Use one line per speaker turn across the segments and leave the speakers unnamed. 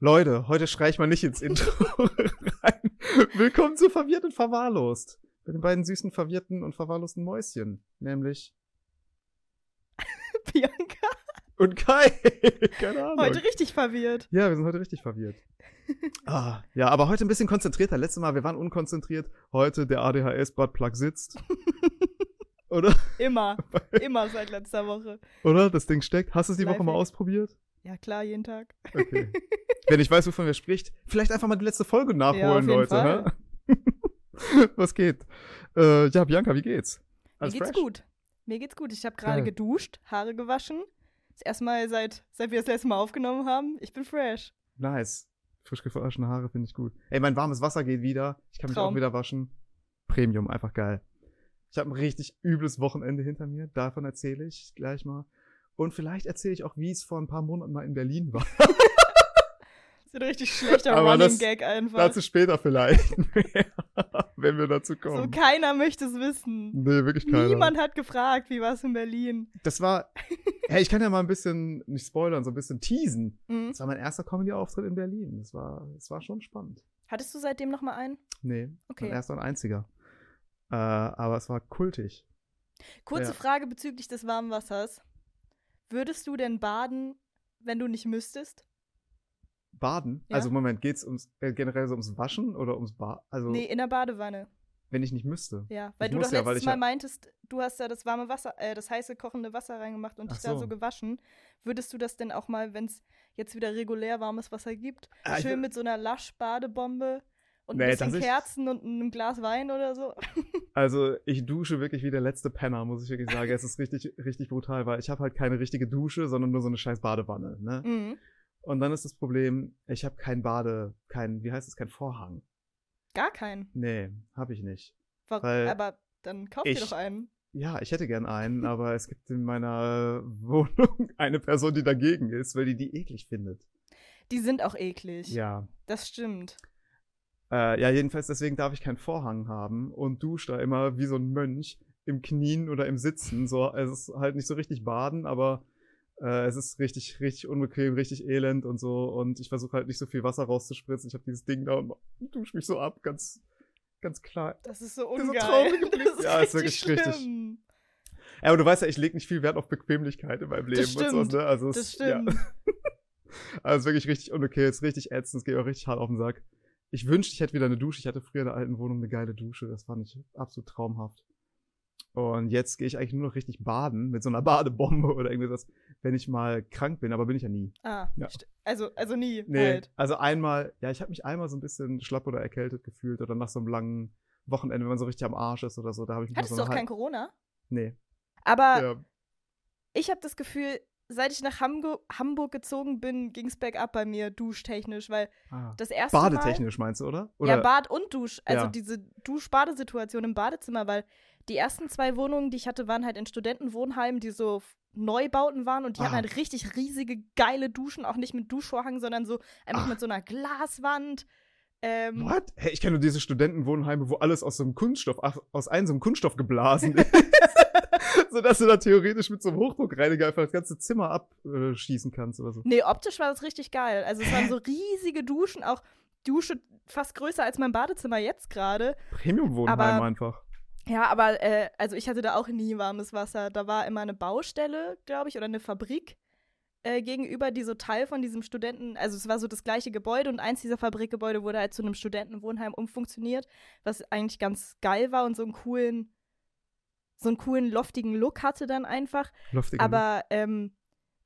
Leute, heute schrei ich mal nicht ins Intro rein. Willkommen zu Verwirrt und Verwahrlost. Mit den beiden süßen, verwirrten und verwahrlosten Mäuschen. Nämlich.
Bianca,
Und Kai. Keine Ahnung.
heute richtig verwirrt.
ja, wir sind heute richtig verwirrt. Ah, ja, aber heute ein bisschen konzentrierter. Letztes Mal, wir waren unkonzentriert. Heute der ADHS-Buttplug sitzt. Oder?
Immer. Immer seit letzter Woche.
Oder? Das Ding steckt. Hast du es die Woche mal
Lifehack.
ausprobiert?
Ja, klar, jeden Tag.
Okay. Wenn ich weiß, wovon wir spricht, vielleicht einfach mal die letzte Folge nachholen,
Ja, auf jeden
Leute.
Fall.
Ne? Was geht? Äh, ja, Bianca, wie geht's?
Mir geht's gut. Mir geht's gut. Ich habe gerade
Geil.
geduscht, Haare gewaschen. Das erste Mal seit, seit wir das letzte Mal aufgenommen haben. Ich bin fresh.
Nice. Frisch gewaschene Haare finde ich gut. Ey, mein warmes Wasser geht wieder. Ich kann mich
Traum.
auch wieder waschen. Premium, einfach geil. Ich habe ein richtig übles Wochenende hinter mir. Davon erzähle ich gleich mal. Und vielleicht erzähle ich auch, wie es vor ein paar Monaten mal in Berlin war.
Das ist ein richtig schlechter
Aber
Running
das-
Gag einfach.
Dazu später vielleicht. Wenn wir dazu
So,
kommen.
keiner möchte es wissen.
nee, wirklich keiner.
Niemand hat gefragt, wie war es in Berlin.
Das war. Hey, ich kann ja mal ein bisschen, nicht spoilern, so ein bisschen teasen.
Mhm.
Das war mein erster Comedy-Auftritt in Berlin. Das war, das war schon spannend.
Hattest du seitdem noch mal einen?
Nee,
Okay.
mein erster und einziger. Äh, aber es war kultig.
Kurze
Ja.
Frage bezüglich des warmen Wassers. Würdest du denn baden, wenn du nicht müsstest?
Baden?
Ja.
Also, Moment, geht's ums, äh, generell so ums Waschen oder ums Baden? Also,
Nee, in der Badewanne.
wenn ich nicht müsste.
Ja, weil
Ich
du
muss
doch
ja,
letztes
weil ich
Mal
ja-
meintest, du hast da das warme Wasser, äh, das heiße kochende Wasser reingemacht und
Ach
dich da
so.
so gewaschen. Würdest du das denn auch mal, wenn es jetzt wieder regulär warmes Wasser gibt,
Ah, ich-
schön mit so einer Lasch-Badebombe und
Nee,
ein
das
bisschen
ist-
Kerzen und einem Glas Wein oder so?
Also, ich dusche wirklich wie der letzte Penner, muss ich wirklich sagen. es ist richtig, richtig brutal, weil ich habe halt keine richtige Dusche, sondern nur so eine scheiß Badewanne. Ne?
Mhm.
Und dann ist das Problem, ich habe kein Bade, kein, wie heißt es, kein Vorhang.
Gar keinen.
Nee, habe ich nicht.
Warum?
Weil
Aber dann kauf
ich-
dir doch einen.
Ja, ich hätte gern einen, aber es gibt in meiner Wohnung eine Person, die dagegen ist, weil die die eklig findet.
Die sind auch eklig.
Ja.
Das stimmt.
Äh, ja, jedenfalls deswegen darf ich keinen Vorhang haben und dusche da immer wie so ein Mönch im Knien oder im Sitzen. So, es ist halt nicht so richtig baden, aber äh, es ist richtig, richtig unbequem, richtig elend und so. Und ich versuche halt nicht so viel Wasser rauszuspritzen. Ich habe dieses Ding da und dusche mich so ab, ganz, ganz klein.
Das ist so
ist so
ungeil.
traurig im Blick.
Das ist
Ja, ist
richtig
wirklich richtig.
schlimm.
Ja, aber du weißt ja, ich lege nicht viel Wert auf Bequemlichkeit in meinem Leben
Das
und
stimmt.
so. Ne? Also es-
Das
Ja.
stimmt.
Also wirklich richtig unokay, ist richtig ätzend, es geht auch richtig hart auf den Sack. Ich wünschte, ich hätte wieder eine Dusche. Ich hatte früher in der alten Wohnung eine geile Dusche. Das fand ich absolut traumhaft. Und jetzt gehe ich eigentlich nur noch richtig baden mit so einer Badebombe oder irgendwie was, wenn ich mal krank bin, aber bin ich ja nie.
Ah,
Ja.
st- also, also nie.
Nee,
Halt.
also einmal, ja, ich habe mich einmal so ein bisschen schlapp oder erkältet gefühlt oder nach so einem langen Wochenende, wenn man so richtig am Arsch ist oder so, da habe ich mich
Hattest
mal
du
so
auch Ah,
eine
kein
halb-
Corona?
Nee,
Aber
ja,
ich habe das Gefühl, seit ich nach Hamburg, Hamburg gezogen bin, ging es bergab bei mir duschtechnisch, weil
ah.
das erste Mal.
Badetechnisch meinst du, oder? oder
ja, Bad und Dusch. Also
Ja.
diese Dusch-Badesituation im Badezimmer, weil die ersten zwei Wohnungen, die ich hatte, waren halt in Studentenwohnheimen, die so f- Neubauten waren und die hatten
Ah.
halt richtig riesige, geile Duschen, auch nicht mit Duschvorhang, sondern so einfach
Ach.
mit so einer Glaswand. Ähm,
Ah. What? Hey, ich kenne nur diese Studentenwohnheime, wo alles aus so einem Kunststoff, ach, aus einem so einem Kunststoff geblasen ist. Sodass du da theoretisch mit so einem Hochdruckreiniger einfach das ganze Zimmer abschießen kannst oder so.
Nee, optisch war das richtig geil. Also es waren so riesige Duschen, auch Dusche fast größer als mein Badezimmer jetzt gerade.
Premium-Wohnheim
Aber-
einfach.
Ja, aber äh, also ich hatte da auch nie warmes Wasser. Da war immer eine Baustelle, glaube ich, oder eine Fabrik äh, gegenüber, die so Teil von diesem Studenten, also es war so das gleiche Gebäude und eins dieser Fabrikgebäude wurde halt zu einem Studentenwohnheim umfunktioniert, was eigentlich ganz geil war und so einen coolen, so einen coolen loftigen Look hatte dann einfach.
Loftiger
Aber ähm,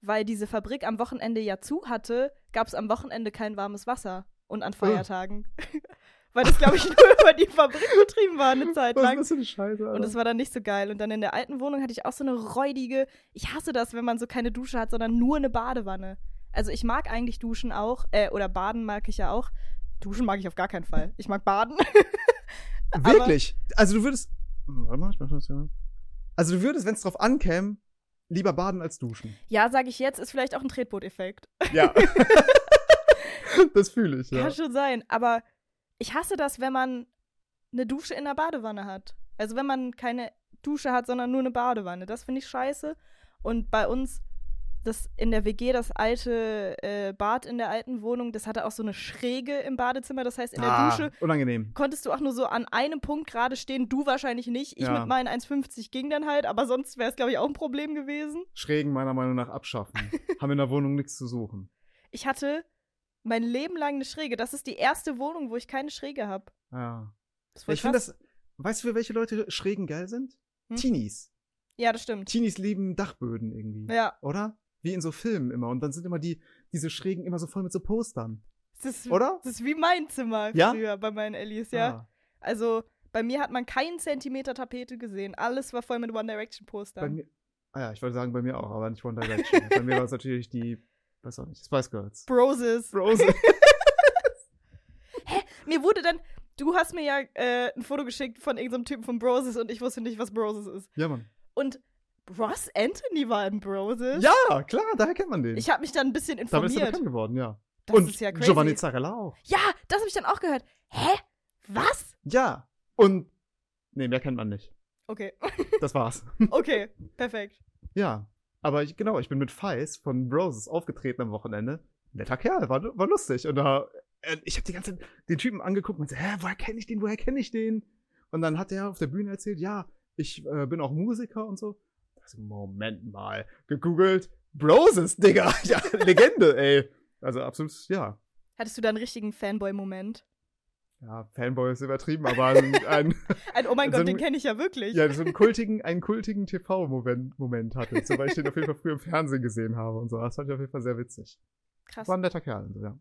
weil diese Fabrik am Wochenende ja zu hatte, gab es am Wochenende kein warmes Wasser und
Oh.
an Feiertagen. weil das, glaube ich, nur über die Fabrik betrieben war eine Zeit
Was ist
lang.
das für eine Scheiße, Alter?
Und es war dann nicht so geil. Und dann in der alten Wohnung hatte ich auch so eine räudige. Ich hasse das, wenn man so keine Dusche hat, sondern nur eine Badewanne. Also ich mag eigentlich Duschen auch, äh, oder Baden mag ich ja auch. Duschen mag ich auf gar keinen Fall. Ich mag Baden.
Wirklich? Also du würdest. Hm, Warte mal, ich mach das hier mal. Also du würdest, wenn es drauf ankäme, lieber baden als duschen.
Ja, sage ich jetzt, ist vielleicht auch ein Tretboot-Effekt.
Ja. das fühle ich, ja.
Kann schon sein. Aber ich hasse das, wenn man eine Dusche in der Badewanne hat. Also wenn man keine Dusche hat, sondern nur eine Badewanne. Das finde ich scheiße. Und bei uns das in der WG, das alte äh, Bad in der alten Wohnung, das hatte auch so eine Schräge im Badezimmer. Das heißt, in der
Ah,
Dusche
Unangenehm.
konntest du auch nur so an einem Punkt gerade stehen. Du wahrscheinlich nicht. Ich
Ja.
mit meinen 1,50 ging dann halt, aber sonst wäre es, glaube ich, auch ein Problem gewesen.
Schrägen meiner Meinung nach abschaffen. Haben in der Wohnung nichts zu suchen.
Ich hatte mein Leben lang eine Schräge. Das ist die erste Wohnung, wo ich keine Schräge habe.
Ja.
Das war
Ich finde das. Weißt du, für welche Leute Schrägen geil sind?
Hm?
Teenies.
Ja, das stimmt.
Teenies lieben Dachböden irgendwie.
Ja,
Oder? Wie in so Filmen immer. Und dann sind immer die, diese Schrägen immer so voll mit so Postern.
das ist,
Oder?
das ist wie mein Zimmer
Ja?
früher bei meinen Ellis, Hm. ja.
Ah,
Also bei mir hat man keinen Zentimeter Tapete gesehen. Alles war voll mit One Direction
bei
Postern.
mir, ah ja, ich wollte sagen, bei mir auch, aber nicht One Direction. bei mir war es natürlich die, weiß auch nicht, Spice Girls.
Broses.
Rose.
Mir wurde dann, du hast mir ja äh, ein Foto geschickt von irgendeinem Typen von Broses und ich wusste nicht, was Broses ist.
ja, Mann.
Und Ross Anthony war in Broses.
Ja, klar, daher kennt man den.
Ich habe mich dann ein bisschen
Damit ist er
informiert.
bekannt geworden, ja.
Das
Und
ist ja crazy.
Giovanni Zarella auch.
ja, das habe ich dann auch gehört. Hä? Was?
Ja. Und, nee, mehr kennt man nicht.
Okay,
Das war's.
okay, perfekt.
ja. Aber ich, genau, ich bin mit Feis von Broses aufgetreten am Wochenende. Netter Kerl, war, war lustig. Und da, äh, ich habe die ganze Zeit den Typen angeguckt und so, hä, woher kenne ich den, woher kenne ich den? Und dann hat er auf der Bühne erzählt, ja, ich äh, bin auch Musiker und so. Also, Moment mal, gegoogelt, Broses, Digga, ja, Legende, ey. Also absolut, ja,
Hattest du da einen richtigen Fanboy-Moment?
ja, Fanboy ist übertrieben, aber ein, ein
Ein, oh mein
So
Gott,
ein-
den kenne ich ja wirklich.
Also ja, so einen kultigen, einen kultigen TV-Moment Moment hatte, so, weil ich den auf jeden Fall früher im Fernsehen gesehen habe und so. Das fand ich auf jeden Fall sehr witzig.
Krass.
War ein netter Kerl, und so, ja.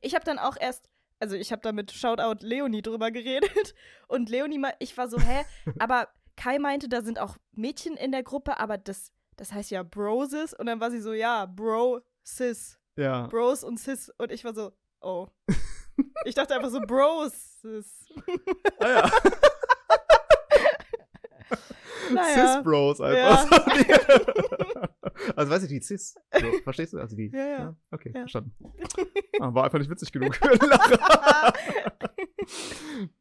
Ich habe dann auch erst, also ich habe da mit Shoutout Leonie drüber geredet und Leonie, mei- ich war so, hä? aber Kai meinte, da sind auch Mädchen in der Gruppe, aber das, das heißt ja Broses und dann war sie so, ja, Bro, Sis,
Ja,
Bros und Sis und ich war so, oh. Ich dachte einfach so, Bros, Sis.
ah, ja.
Naja.
Cis Bros
Ja.
einfach. Ja. also weiß ich die Cis. So, verstehst du? Also die.
Ja, ja.
Okay,
Ja.
verstanden. Ah, war einfach nicht witzig genug für einen Lacher.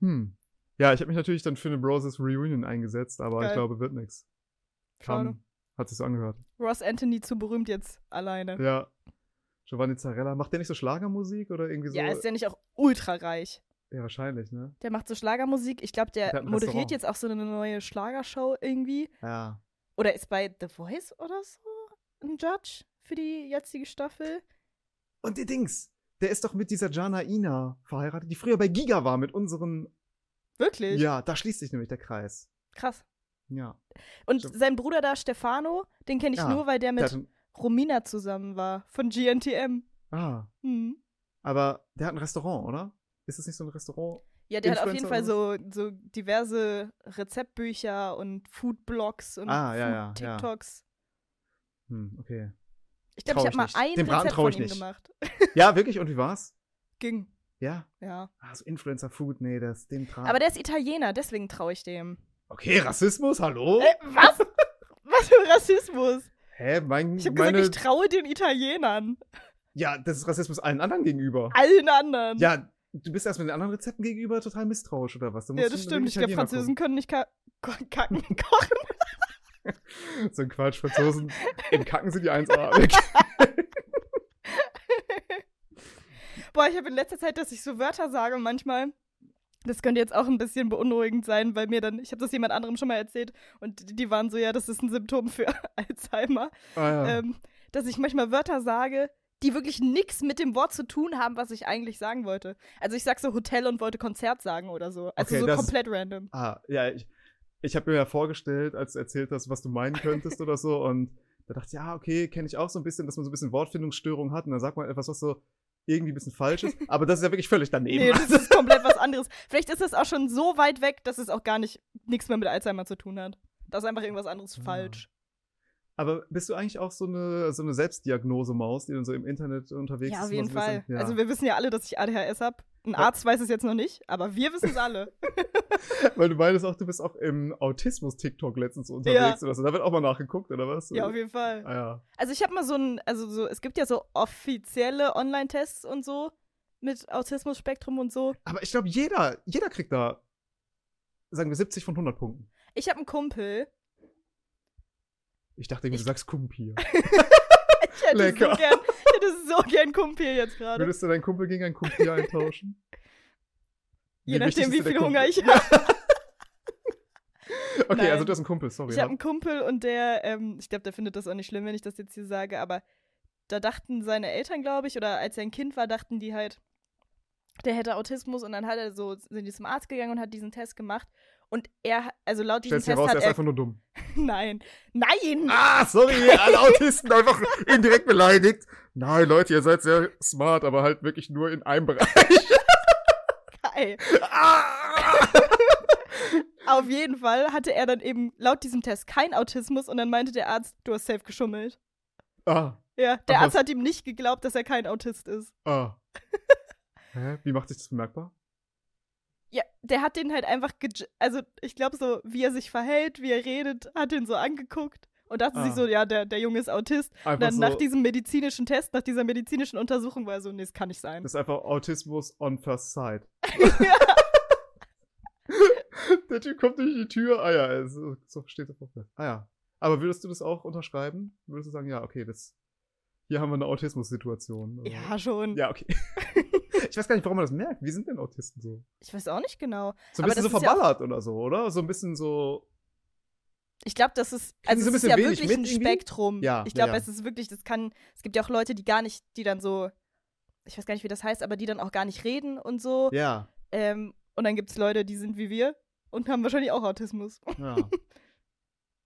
hm. Ja, ich habe mich natürlich dann für eine Broses Reunion eingesetzt, aber ich
Geil.
glaube, wird nix.
Schade.
Kam, hat sich so angehört.
Ross Anthony zu berühmt jetzt alleine.
Ja. Giovanni Zarella, macht der nicht so Schlagermusik oder irgendwie so?
Ja, ist der nicht auch ultra reich?
ja wahrscheinlich, ne?
Der macht so Schlagermusik. Ich glaube, der,
Der hat ein
moderiert
Restaurant.
jetzt auch so eine neue Schlagershow irgendwie.
Ja.
Oder ist bei The Voice oder so ein Judge für die jetzige Staffel?
Und die Dings, der ist doch mit dieser Jana Ina verheiratet, die früher bei Giga war mit unseren.
Wirklich?
Ja, da schließt sich nämlich der Kreis.
Krass.
Ja.
Und
Stimmt.
sein Bruder da, Stefano, den kenne ich
Ja,
nur, weil der
Der hat
mit
ein,
Romina zusammen war, von GNTM.
ah,
Hm.
aber der hat ein Restaurant, oder? Ist das nicht so ein Restaurant?
Ja, der hat auf jeden Fall
Influencer
so, so diverse Rezeptbücher und Foodblogs und
Ah, ja, ja, ja.
TikToks.
Hm, okay.
Ich glaube,
Trau
ich
ich
habe mal
nicht.
ein
Dem Braten
Rezept
trau
von
ich
ihm
nicht.
gemacht.
Ja, wirklich? Und wie war's?
Ging,
Ja.
ja.
Also Influencer Food, nee, das dem Traum.
Aber der ist Italiener, deswegen traue ich dem.
okay, Rassismus, hallo?
Äh, was? was für Rassismus?
Hä, mein,
Ich habe gesagt,
meine.
ich traue den Italienern.
ja, das ist Rassismus allen anderen gegenüber.
Allen anderen.
Ja, du bist erst mit den anderen Rezepten gegenüber total misstrauisch oder was? Du
Ja, das stimmt. Ich glaube, Französen können nicht ka ko- kacken kochen.
So ein Quatsch, Franzosen. Im Kacken sind die ah, 1A. Wirklich.
Boah, ich habe in letzter Zeit, dass ich so Wörter sage manchmal. Das könnte jetzt auch ein bisschen beunruhigend sein, weil mir dann, ich habe das jemand anderem schon mal erzählt und die- die waren so, ja, das ist ein Symptom für Alzheimer,
Ah, ja.
ähm, dass ich manchmal Wörter sage, die wirklich nichts mit dem Wort zu tun haben, was ich eigentlich sagen wollte. Also ich sag so Hotel und wollte Konzert sagen oder so. Also
Okay,
so
das-
komplett random.
ah, ja, ich, ich habe mir ja vorgestellt, als du erzählt hast, was du meinen könntest oder so. Und da dachte ich, ja, okay, kenne ich auch so ein bisschen, dass man so ein bisschen Wortfindungsstörung hat. Und dann sagt man etwas, was so irgendwie ein bisschen falsch ist. Aber das ist ja wirklich völlig daneben.
Nee, das ist komplett was anderes. Vielleicht ist das auch schon so weit weg, dass es auch gar nicht nichts mehr mit Alzheimer zu tun hat. Das ist einfach irgendwas anderes
Ah.
falsch.
Aber bist du eigentlich auch so eine, so eine Selbstdiagnose-Maus, die dann so im Internet unterwegs
Ja,
ist?
auf
und
jeden
so ein
Fall.
bisschen- ja.
Also wir wissen ja alle, dass ich ADHS habe. Ein
Ja.
Arzt weiß es jetzt noch nicht, aber wir wissen es alle.
Weil du meinst auch, du bist auch im Autismus-TikTok letztens unterwegs oder so. Da wird auch mal nachgeguckt, oder was?
ja, auf jeden Fall.
Ah, ja.
Also ich habe mal so ein, also so, es gibt ja so offizielle Online-Tests und so mit Autismus-Spektrum und so.
Aber ich glaube, jeder, jeder kriegt da, sagen wir, 70 von 100 Punkten.
Ich habe einen Kumpel.
Ich dachte, irgendwie,
Ich-
du sagst Kumpier.
Ich hätte
Lecker.
so gern, ich hätte so gern Kumpel jetzt gerade.
Würdest du deinen Kumpel gegen einen Kumpel eintauschen?
Je nachdem, wie viel Hunger ich habe.
habe. Okay,
Nein.
also du hast einen Kumpel, sorry.
Ich habe einen Kumpel und der, ähm, ich glaube, der findet das auch nicht schlimm, wenn ich das jetzt hier sage, aber da dachten seine Eltern, glaube ich, oder als er ein Kind war, dachten die halt, der hätte Autismus und dann hat er so, sind die zum Arzt gegangen und hat diesen Test gemacht und er, also laut diesem
Stellst dir
Test
raus, er
hat
ist
er,
einfach nur dumm.
nein, nein,
Ah, sorry, alle Autisten einfach indirekt beleidigt. Nein, Leute, ihr seid sehr smart, aber halt wirklich nur in einem Bereich.
geil.
Ah!
Auf jeden Fall hatte er dann eben laut diesem Test kein Autismus und dann meinte der Arzt, du hast safe geschummelt.
ah,
Ja, der
Ach,
Arzt
was?
hat ihm nicht geglaubt, dass er kein Autist ist.
ah. Hä? Wie macht sich das bemerkbar?
Ja, der hat den halt einfach, gej- also ich glaube so, wie er sich verhält, wie er redet, hat den so angeguckt und dachte
Ah.
sich so, ja, der, der Junge ist Autist. Und
Einfach
dann nach
so,
diesem medizinischen Test, nach dieser medizinischen Untersuchung war er so, nee, das kann nicht sein.
das ist einfach Autismus on first sight.
Ja.
Der Typ kommt durch die Tür, ah ja, es- so steht er vor. Ah ja. Aber würdest du das auch unterschreiben? Würdest du sagen, ja, okay, das, hier haben wir eine Autismus-Situation. Also-
ja, schon.
Ja, okay. ich weiß gar nicht, warum man das merkt. Wie sind denn Autisten so?
Ich weiß auch nicht genau.
So ein
Aber
bisschen so
das ist ja auch-
verballert oder so, oder? So ein bisschen so.
Ich glaube, das ist,
Kriegen
also
Sie ein
es ist
bisschen
ja
wenig mit
wirklich ein
irgendwie?
Spektrum.
Ja,
ich glaube,
ja, ja.
es ist wirklich, das kann, es gibt ja auch Leute, die gar nicht, die dann so, ich weiß gar nicht, wie das heißt, aber die dann auch gar nicht reden und so.
Ja,
Ähm, und dann gibt es Leute, die sind wie wir und haben wahrscheinlich auch Autismus.
ja.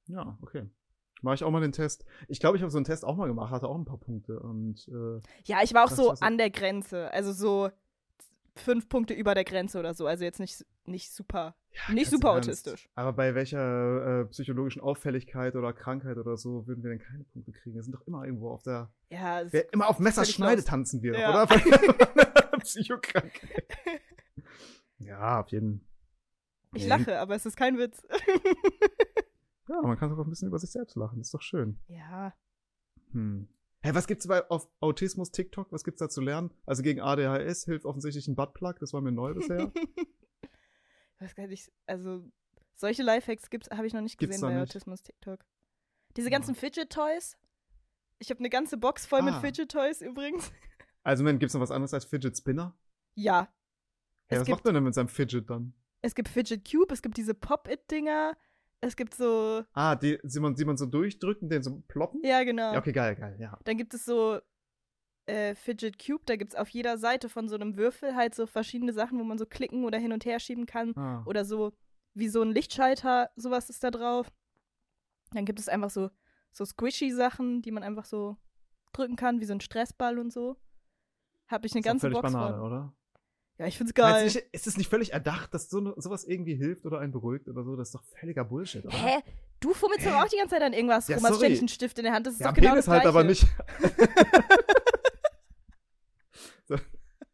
ja, okay. Mache ich auch mal den Test. Ich glaube, ich habe so einen Test auch mal gemacht, hatte auch ein paar Punkte. Und äh,
Ja, ich war auch
Das
so
war's.
an der Grenze. Also so fünf Punkte über der Grenze oder so. Also jetzt nicht, nicht super.
ja,
Nicht
ganz
super
im Ernst.
autistisch.
Aber bei welcher äh, psychologischen Auffälligkeit oder Krankheit oder so würden wir denn keine Punkte kriegen? Wir sind doch immer irgendwo auf der.
Ja, es,
Wer immer auf Messerschneide
los.
tanzen wir,
Ja.
oder? Bei einer Psychokrankheit. ja, auf jeden Fall.
ich lache, aber es ist kein Witz.
Ja, man kann doch auch ein bisschen über sich selbst lachen. Ist doch schön.
ja.
Hm. Hä, was gibt's bei auf Autismus TikTok? Was gibt's da zu lernen? Also gegen ADHS hilft offensichtlich ein Buttplug, das war mir neu bisher.
Ich weiß gar nicht, also solche Lifehacks gibt's, habe ich noch nicht
Gibt's
gesehen
noch
bei
nicht. Oh.
Autismus TikTok. Diese
Ja.
ganzen Fidget Toys. Ich habe eine ganze Box voll mit
Ah.
Fidget Toys übrigens.
Also, man, gibt's noch was anderes als Fidget Spinner?
Ja.
Hä,
es,
was
gibt,
macht man denn mit seinem Fidget dann?
es gibt Fidget Cube, es gibt diese Pop-It-Dinger, es gibt so.
Ah, die sieht man, sieht man so durchdrücken, den so ploppen?
Ja, genau.
Ja, okay, geil, geil, ja.
Dann gibt es so äh, Fidget Cube, da gibt es auf jeder Seite von so einem Würfel halt so verschiedene Sachen, wo man so klicken oder hin und her schieben kann.
Ah.
Oder so wie so ein Lichtschalter, sowas ist da drauf. Dann gibt es einfach so, so squishy-Sachen, die man einfach so drücken kann, wie so ein Stressball und so. Habe ich eine
Ist doch
ganze
völlig
Box
Banane,
von.
oder?
Ja, ich find's
Meinst du
geil.
Nicht, ist es nicht völlig erdacht, dass so ne, sowas irgendwie hilft oder einen beruhigt oder so? Das ist doch völliger Bullshit, oder?
Hä? Du fummelst aber auch die ganze Zeit an irgendwas
Ja,
rum, hast
sorry.
ständig einen Stift in der Hand, das ist
Ja,
doch genau
Penis
das
halt aber
Gleiche.
nicht. so.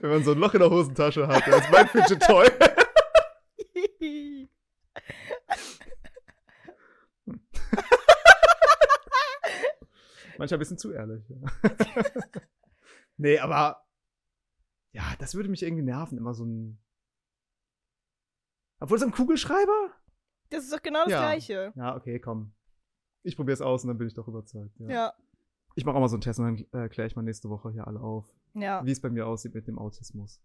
Wenn man so ein Loch in der Hosentasche hat, dann ist mein Fidget Toy. Manchmal ein bisschen zu ehrlich. Ja. nee, aber ja, das würde mich irgendwie nerven, immer so ein Obwohl so ein Kugelschreiber?
das ist doch genau das
Ja.
Gleiche.
Ja, okay, komm. Ich probiere es aus und dann bin ich doch überzeugt. Ja.
Ja.
Ich mache auch mal so einen Test und dann äh, kläre ich mal nächste Woche hier alle auf,
Ja.
wie es bei mir aussieht mit dem Autismus.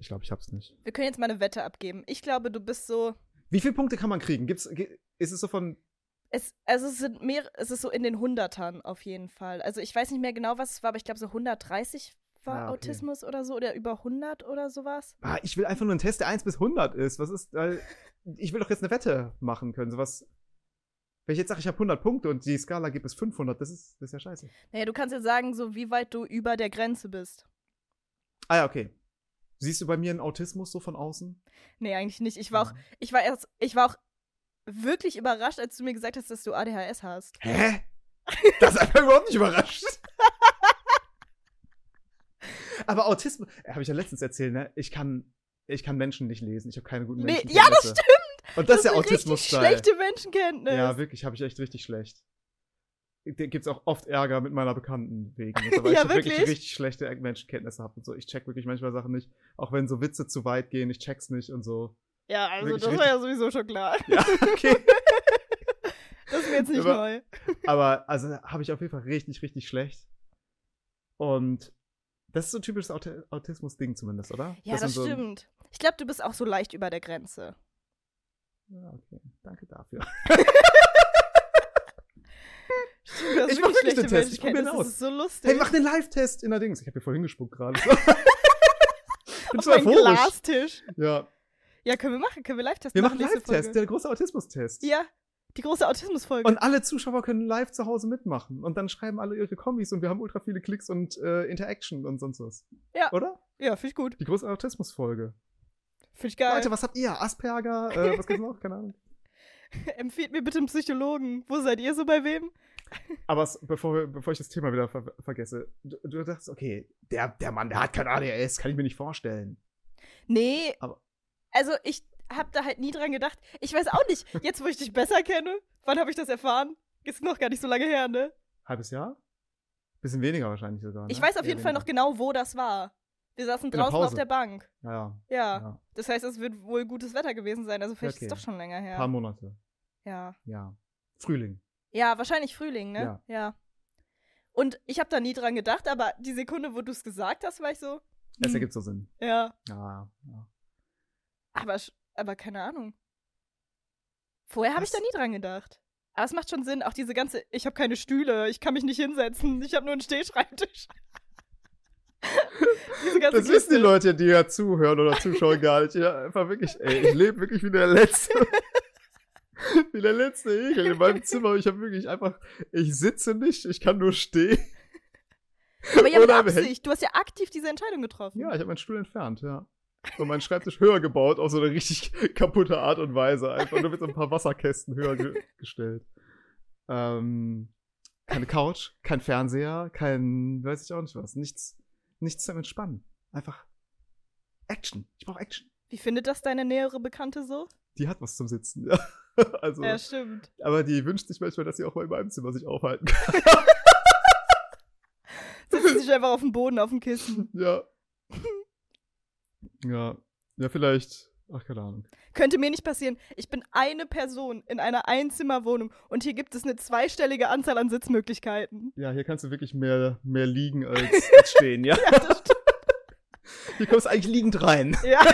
Ich glaube, ich hab's nicht.
Wir können jetzt mal eine Wette abgeben. Ich glaube, du bist so.
Wie viele Punkte kann man kriegen? Gibt's, ge- ist es so von
Es, also es sind mehr, es ist so in den Hundertern auf jeden Fall. Also ich weiß nicht mehr genau, was es war, aber ich glaube so 130 war
Ah, okay.
Autismus oder so oder über 100 oder sowas.
Ah, ich will einfach nur einen Test, der 1 bis 100 ist. Was ist, weil ich will doch jetzt eine Wette machen können. Sowas. Wenn ich jetzt sage, ich habe 100 Punkte und die Skala gibt es 500, das ist, das ist ja scheiße.
Naja, du kannst jetzt sagen, so wie weit du über der Grenze bist.
Ah ja, okay. Siehst du bei mir einen Autismus so von außen?
Nee, eigentlich nicht. Ich war auch,
Ah.
ich war erst, ich war auch wirklich überrascht, als du mir gesagt hast, dass du ADHS hast.
Hä? Das hat mich überhaupt nicht überrascht. Aber Autismus, habe ich ja letztens erzählt, ne? Ich kann, ich kann Menschen nicht lesen. Ich habe keine guten
Nee,
Menschen.
ja, das
stimmt. Und das, ist ja
eine richtig
Autismus-Style.
schlechte Menschenkenntnis.
Ja, wirklich, habe ich echt richtig schlecht. Da gibt's auch oft Ärger mit meiner Bekannten wegen, jetzt, weil
Ja,
ich wirklich?
wirklich?
richtig schlechte Menschenkenntnisse habe und so. Ich check wirklich manchmal Sachen nicht, auch wenn so Witze zu weit gehen, ich check's nicht und so.
Ja, also
Wirklich
das war ja sowieso schon klar.
Ja, okay.
Das ist mir jetzt nicht
Aber-
neu.
Aber also habe ich auf jeden Fall richtig, richtig schlecht. Und das ist so ein typisches Aut Autismus-Ding zumindest, oder?
Ja, das,
man so ein-
stimmt. Ich glaube, du bist auch so leicht über der Grenze.
Ja, okay. Danke dafür.
Stimmt, du hast
Ich mach wirklich
schlechte
den Test, ich
Menschenkenntnis.
probier ihn aus.
Das ist so lustig.
Hey, mach den Live-Test in der Dings. Ich habe hier vorhin gespuckt gerade. Bin
Auf
schon
meinen
euphorisch.
Glastisch.
Ja,
Ja, können wir machen. Können wir Live-Test
wir
machen?
machen
nächste
Live-Test,
Folge?
der große Autismus-Test.
Ja, die große Autismus-Folge.
Und alle Zuschauer können live zu Hause mitmachen. Und dann schreiben alle ihre Kombis und wir haben ultra viele Klicks und äh, Interaction und sonst was.
Ja.
Oder?
Ja, finde ich gut.
Die große Autismus-Folge.
Finde ich geil.
Leute, was habt ihr? Asperger? Äh, was gibt's noch? Keine Ahnung.
Empfehlt mir bitte einen Psychologen. Wo seid ihr so bei wem?
Aber es, bevor, wir- bevor ich das Thema wieder ver vergesse, du, du dachtest, okay, der, der Mann, der hat kein ADS, kann ich mir nicht vorstellen.
Nee.
Aber-
also, ich habe da halt nie dran gedacht. Ich weiß auch nicht. Jetzt, wo ich dich besser kenne, wann habe ich das erfahren? Ist noch gar nicht so lange her, ne?
Halbes Jahr? Bisschen weniger wahrscheinlich sogar. Ne?
Ich weiß auf
Eher
jeden Fall noch
weniger.
genau, wo das war. Wir saßen
In der
draußen auf
Pause.
der Bank.
Ja, ja.
Ja.
ja.
Das heißt, es wird wohl gutes Wetter gewesen sein. Also vielleicht
Okay.
ist es doch schon länger her.
Paar Monate.
ja.
Ja. Frühling.
Ja, wahrscheinlich Frühling, ne? Ja. Und ich habe da nie dran gedacht, aber die Sekunde, wo du es gesagt hast, war ich so.
Es
hm,
ergibt so Sinn.
Ja.
Ja, ja.
Aber, sch- aber keine Ahnung. Vorher habe ich da
Was?
nie dran gedacht. Aber es macht schon Sinn, auch diese ganze, ich habe keine Stühle, ich kann mich nicht hinsetzen, ich habe nur einen Stehschreibtisch. diese ganze
Das wissen die
Kiste.
Leute, die ja zuhören oder zuschauen gar nicht. Ja, einfach wirklich, ey, ich lebe wirklich wie der Letzte. wie der letzte Ekel in meinem Zimmer. Ich habe wirklich einfach, ich sitze nicht, ich kann nur stehen.
Aber ja, mit
Oder wir-
Absicht, du hast ja aktiv diese Entscheidung getroffen.
Ja, ich habe meinen Stuhl entfernt, ja. Und meinen Schreibtisch höher gebaut, auf so eine richtig kaputte Art und Weise. Einfach nur mit so ein paar Wasserkästen höher ge gestellt. Ähm, keine Couch, kein Fernseher, kein, weiß ich auch nicht was. Nichts, nichts zum Entspannen. Einfach Action. Ich brauche Action.
Wie findet das deine nähere Bekannte so?
Die hat was zum Sitzen, ja. Also,
Ja, stimmt.
aber die wünscht sich manchmal, dass sie auch mal in meinem Zimmer sich aufhalten kann.
Setzt sich einfach auf den Boden, auf dem Kissen.
Ja. Ja. Ja, vielleicht. Ach, keine Ahnung.
Könnte mir nicht passieren. Ich bin eine Person in einer Einzimmerwohnung und hier gibt es eine zweistellige Anzahl an Sitzmöglichkeiten.
Ja, hier kannst du wirklich mehr, mehr liegen als, als stehen, ja.
Ja, das stimmt.
Hier kommst du eigentlich liegend rein.
Ja.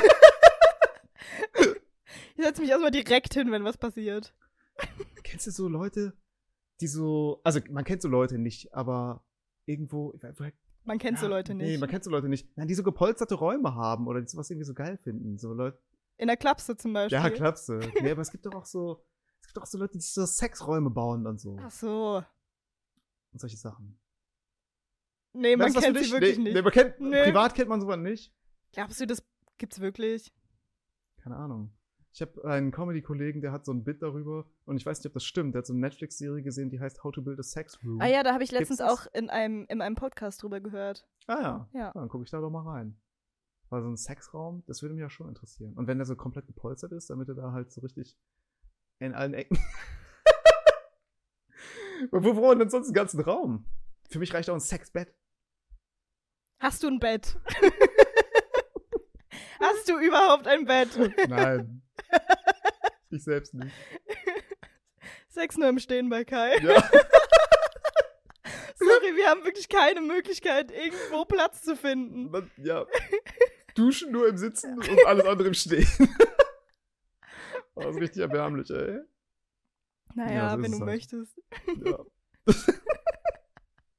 Ich setze mich erstmal direkt hin, wenn was passiert.
Kennst du so Leute, die so, also man kennt so Leute nicht, aber irgendwo, ich weiß-
Man kennt so
ja,
Leute
Nee,
nicht.
man kennt so Leute nicht. Nein, die so gepolsterte Räume haben oder die sowas irgendwie so geil finden. So Leute,
in der Klapse zum Beispiel.
ja, klappste. Nee, aber es gibt doch auch so, es gibt doch auch so Leute, die so Sexräume bauen und so.
Ach so.
Und solche Sachen.
Nee,
Weißt
man
du, was
kennt
für
sie
dich?
wirklich
nee,
nicht.
Nee, man kennt,
Nee.
privat kennt man sowas nicht.
Glaubst du, das gibt's wirklich?
keine Ahnung. Ich habe einen Comedy-Kollegen, der hat so ein Bit darüber und ich weiß nicht, ob das stimmt. Der hat so eine Netflix-Serie gesehen, die heißt How to Build a Sex Room.
Ah ja, da habe ich letztens
Mhm. Gibt's
auch
das?
in einem, in einem Podcast drüber gehört.
Ah ja.
Ja.
Dann gucke ich da doch mal rein. Weil so ein Sexraum, das würde mich ja schon interessieren. Und wenn der so komplett gepolstert ist, damit er da halt so richtig in allen Ecken. Wo wo brauchen wir denn sonst den ganzen Raum? Für mich reicht auch ein Sexbett.
Hast du ein Bett? Hast du überhaupt ein Bett?
Nein. ich selbst nicht.
Sex nur im Stehen bei Kai.
Ja.
Sorry, wir haben wirklich keine Möglichkeit, irgendwo Platz zu finden.
Man, ja. Duschen nur im Sitzen und alles andere im Stehen. Oh, das ist richtig erbärmlich, ey. Ja,
Naja,
so ist
wenn
es
du
halt.
möchtest.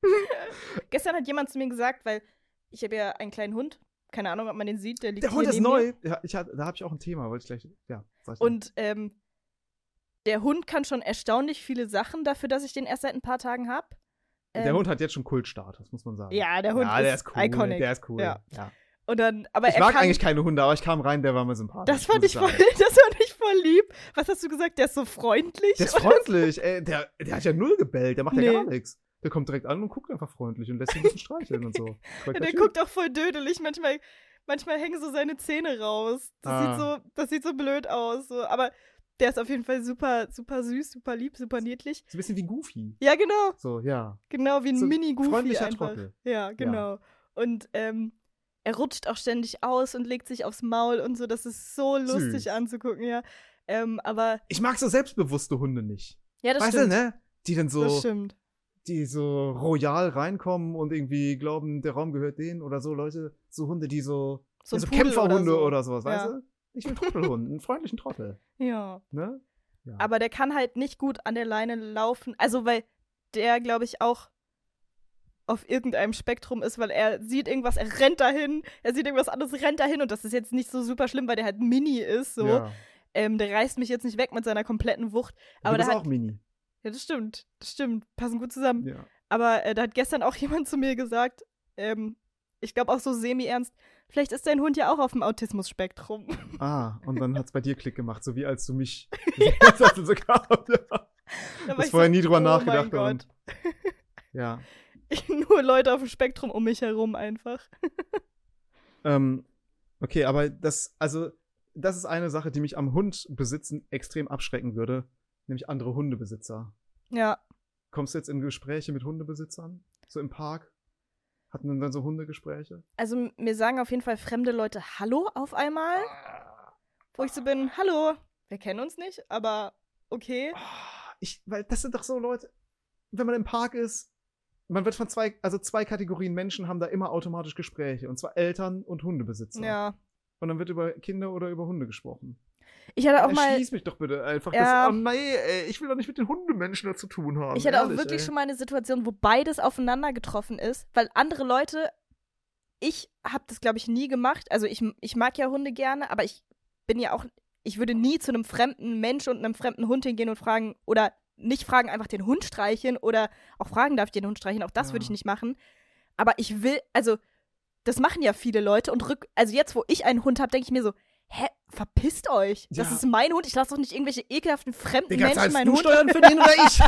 Ja.
Gestern hat jemand zu mir gesagt, weil ich habe ja einen kleinen Hund. Keine Ahnung, ob man den sieht. Der liegt
Der Hund
hier
ist
neben
neu.
mir.
Ja, ich hatte, da habe ich auch ein Thema, wollte ich gleich. Ja, sag ich
Und ähm, der Hund kann schon erstaunlich viele Sachen dafür, dass ich den erst seit ein paar Tagen habe.
dann. der Hund hat jetzt schon Kultstatus, muss man sagen.
ähm, Ja, der Hund
ja,
ist,
der ist cool.
iconic.
Der ist cool. Ja.
Ja. Und dann, aber
Ich
er
mag
kann,
eigentlich keine Hunde, aber ich kam rein, der war mir sympathisch.
Das fand
muss
ich voll,
sagen.
das fand ich voll lieb. Was hast du gesagt? Der ist so freundlich.
Der ist freundlich, ey. Der, der hat ja null gebellt, der macht ja
Nee.
gar nichts. Der kommt direkt an und guckt einfach freundlich und lässt sich ein bisschen streicheln und so.
Ja,
Korrekter
der
Typ.
guckt auch voll dödelig. Manchmal, manchmal hängen so seine Zähne raus. Das,
Ah.
sieht so, das sieht so blöd aus. So. Aber der ist auf jeden Fall super, super süß, super lieb, super niedlich.
So ein bisschen wie Goofy.
Ja, genau.
So, ja.
Genau, wie ein
So ein
Mini-Goofy
freundlicher
einfach.
Trottel.
Ja, genau. Und ähm, er rutscht auch ständig aus und legt sich aufs Maul und so. Das ist so lustig
Süß.
anzugucken, ja. Ähm, aber
Ich mag so selbstbewusste Hunde nicht.
Ja, das
weißt
stimmt.
du, ne? Die dann
Das
so,
stimmt.
die so royal reinkommen und irgendwie glauben, der Raum gehört denen oder so Leute, so Hunde, die so,
So,
ja,
ein
so
Pudel
Kämpferhunde
so.
oder, sowas, weißt
Ja.
du? Ich will Trottelhund, einen freundlichen Trottel,
Ja.
ne? Ja.
Aber der kann halt nicht gut an der Leine laufen. Also, weil der, glaube ich, auch auf irgendeinem Spektrum ist, weil er sieht irgendwas, er rennt dahin, er sieht irgendwas anderes, rennt dahin und das ist jetzt nicht so super schlimm, weil der halt mini ist, so.
Ja.
Ähm, der reißt mich jetzt nicht weg mit seiner kompletten Wucht. Aber
du
der
bist
hat.
auch Mini.
Ja, das stimmt. Das stimmt. Passen gut zusammen.
Ja.
Aber äh, da hat gestern auch jemand zu mir gesagt, ähm, ich glaube auch so semi-ernst, vielleicht ist dein Hund ja auch auf dem Autismus-Spektrum.
Ah, und dann hat's bei dir Klick gemacht, so wie als du mich das hast du so gehabt. Ja.
Da war
Das
ich
vorher
so,
nie drüber
oh
nachgedacht.
Mein
und-
Gott.
Ja.
Nur Leute auf dem Spektrum um mich herum einfach.
Ähm, okay, aber das, also, das ist eine Sache, die mich am Hund besitzen extrem abschrecken würde, nämlich andere Hundebesitzer.
Ja.
Kommst du jetzt in Gespräche mit Hundebesitzern? So im Park? Hatten denn dann so Hundegespräche?
Also m- mir sagen auf jeden Fall fremde Leute Hallo auf einmal, Ah. wo ich so bin, Hallo, wir kennen uns nicht, aber okay.
Ah, Ich, weil das sind doch so Leute, wenn man im Park ist, man wird von zwei, also zwei Kategorien Menschen haben da immer automatisch Gespräche, und zwar Eltern und Hundebesitzer.
Ja.
Und dann wird über Kinder oder über Hunde gesprochen.
Ich hatte auch
Äh,
mal,
Schließ mich doch bitte einfach.
Ja.
Das, oh nein, ey, ich will doch nicht mit den Hundemenschen da zu tun haben.
ich hatte auch
ehrlich,
wirklich
ey.
schon mal eine Situation, wo beides aufeinander getroffen ist, weil andere Leute, ich habe das glaube ich nie gemacht. Also ich, ich mag ja Hunde gerne, aber ich bin ja auch, ich würde nie zu einem fremden Mensch und einem fremden Hund hingehen und fragen oder nicht fragen, einfach den Hund streicheln oder auch fragen, darf ich den Hund streicheln? Auch das
Ja.
würde ich nicht machen. Aber ich will, also das machen ja viele Leute und rück, also jetzt, wo ich einen Hund habe, denke ich mir so, hä, verpisst euch. Das
Ja.
ist mein Hund. Ich lasse doch nicht irgendwelche ekelhaften fremden
Digga,
Menschen
zahlst
meinen
du
Hund.
Steuern für den oder ich?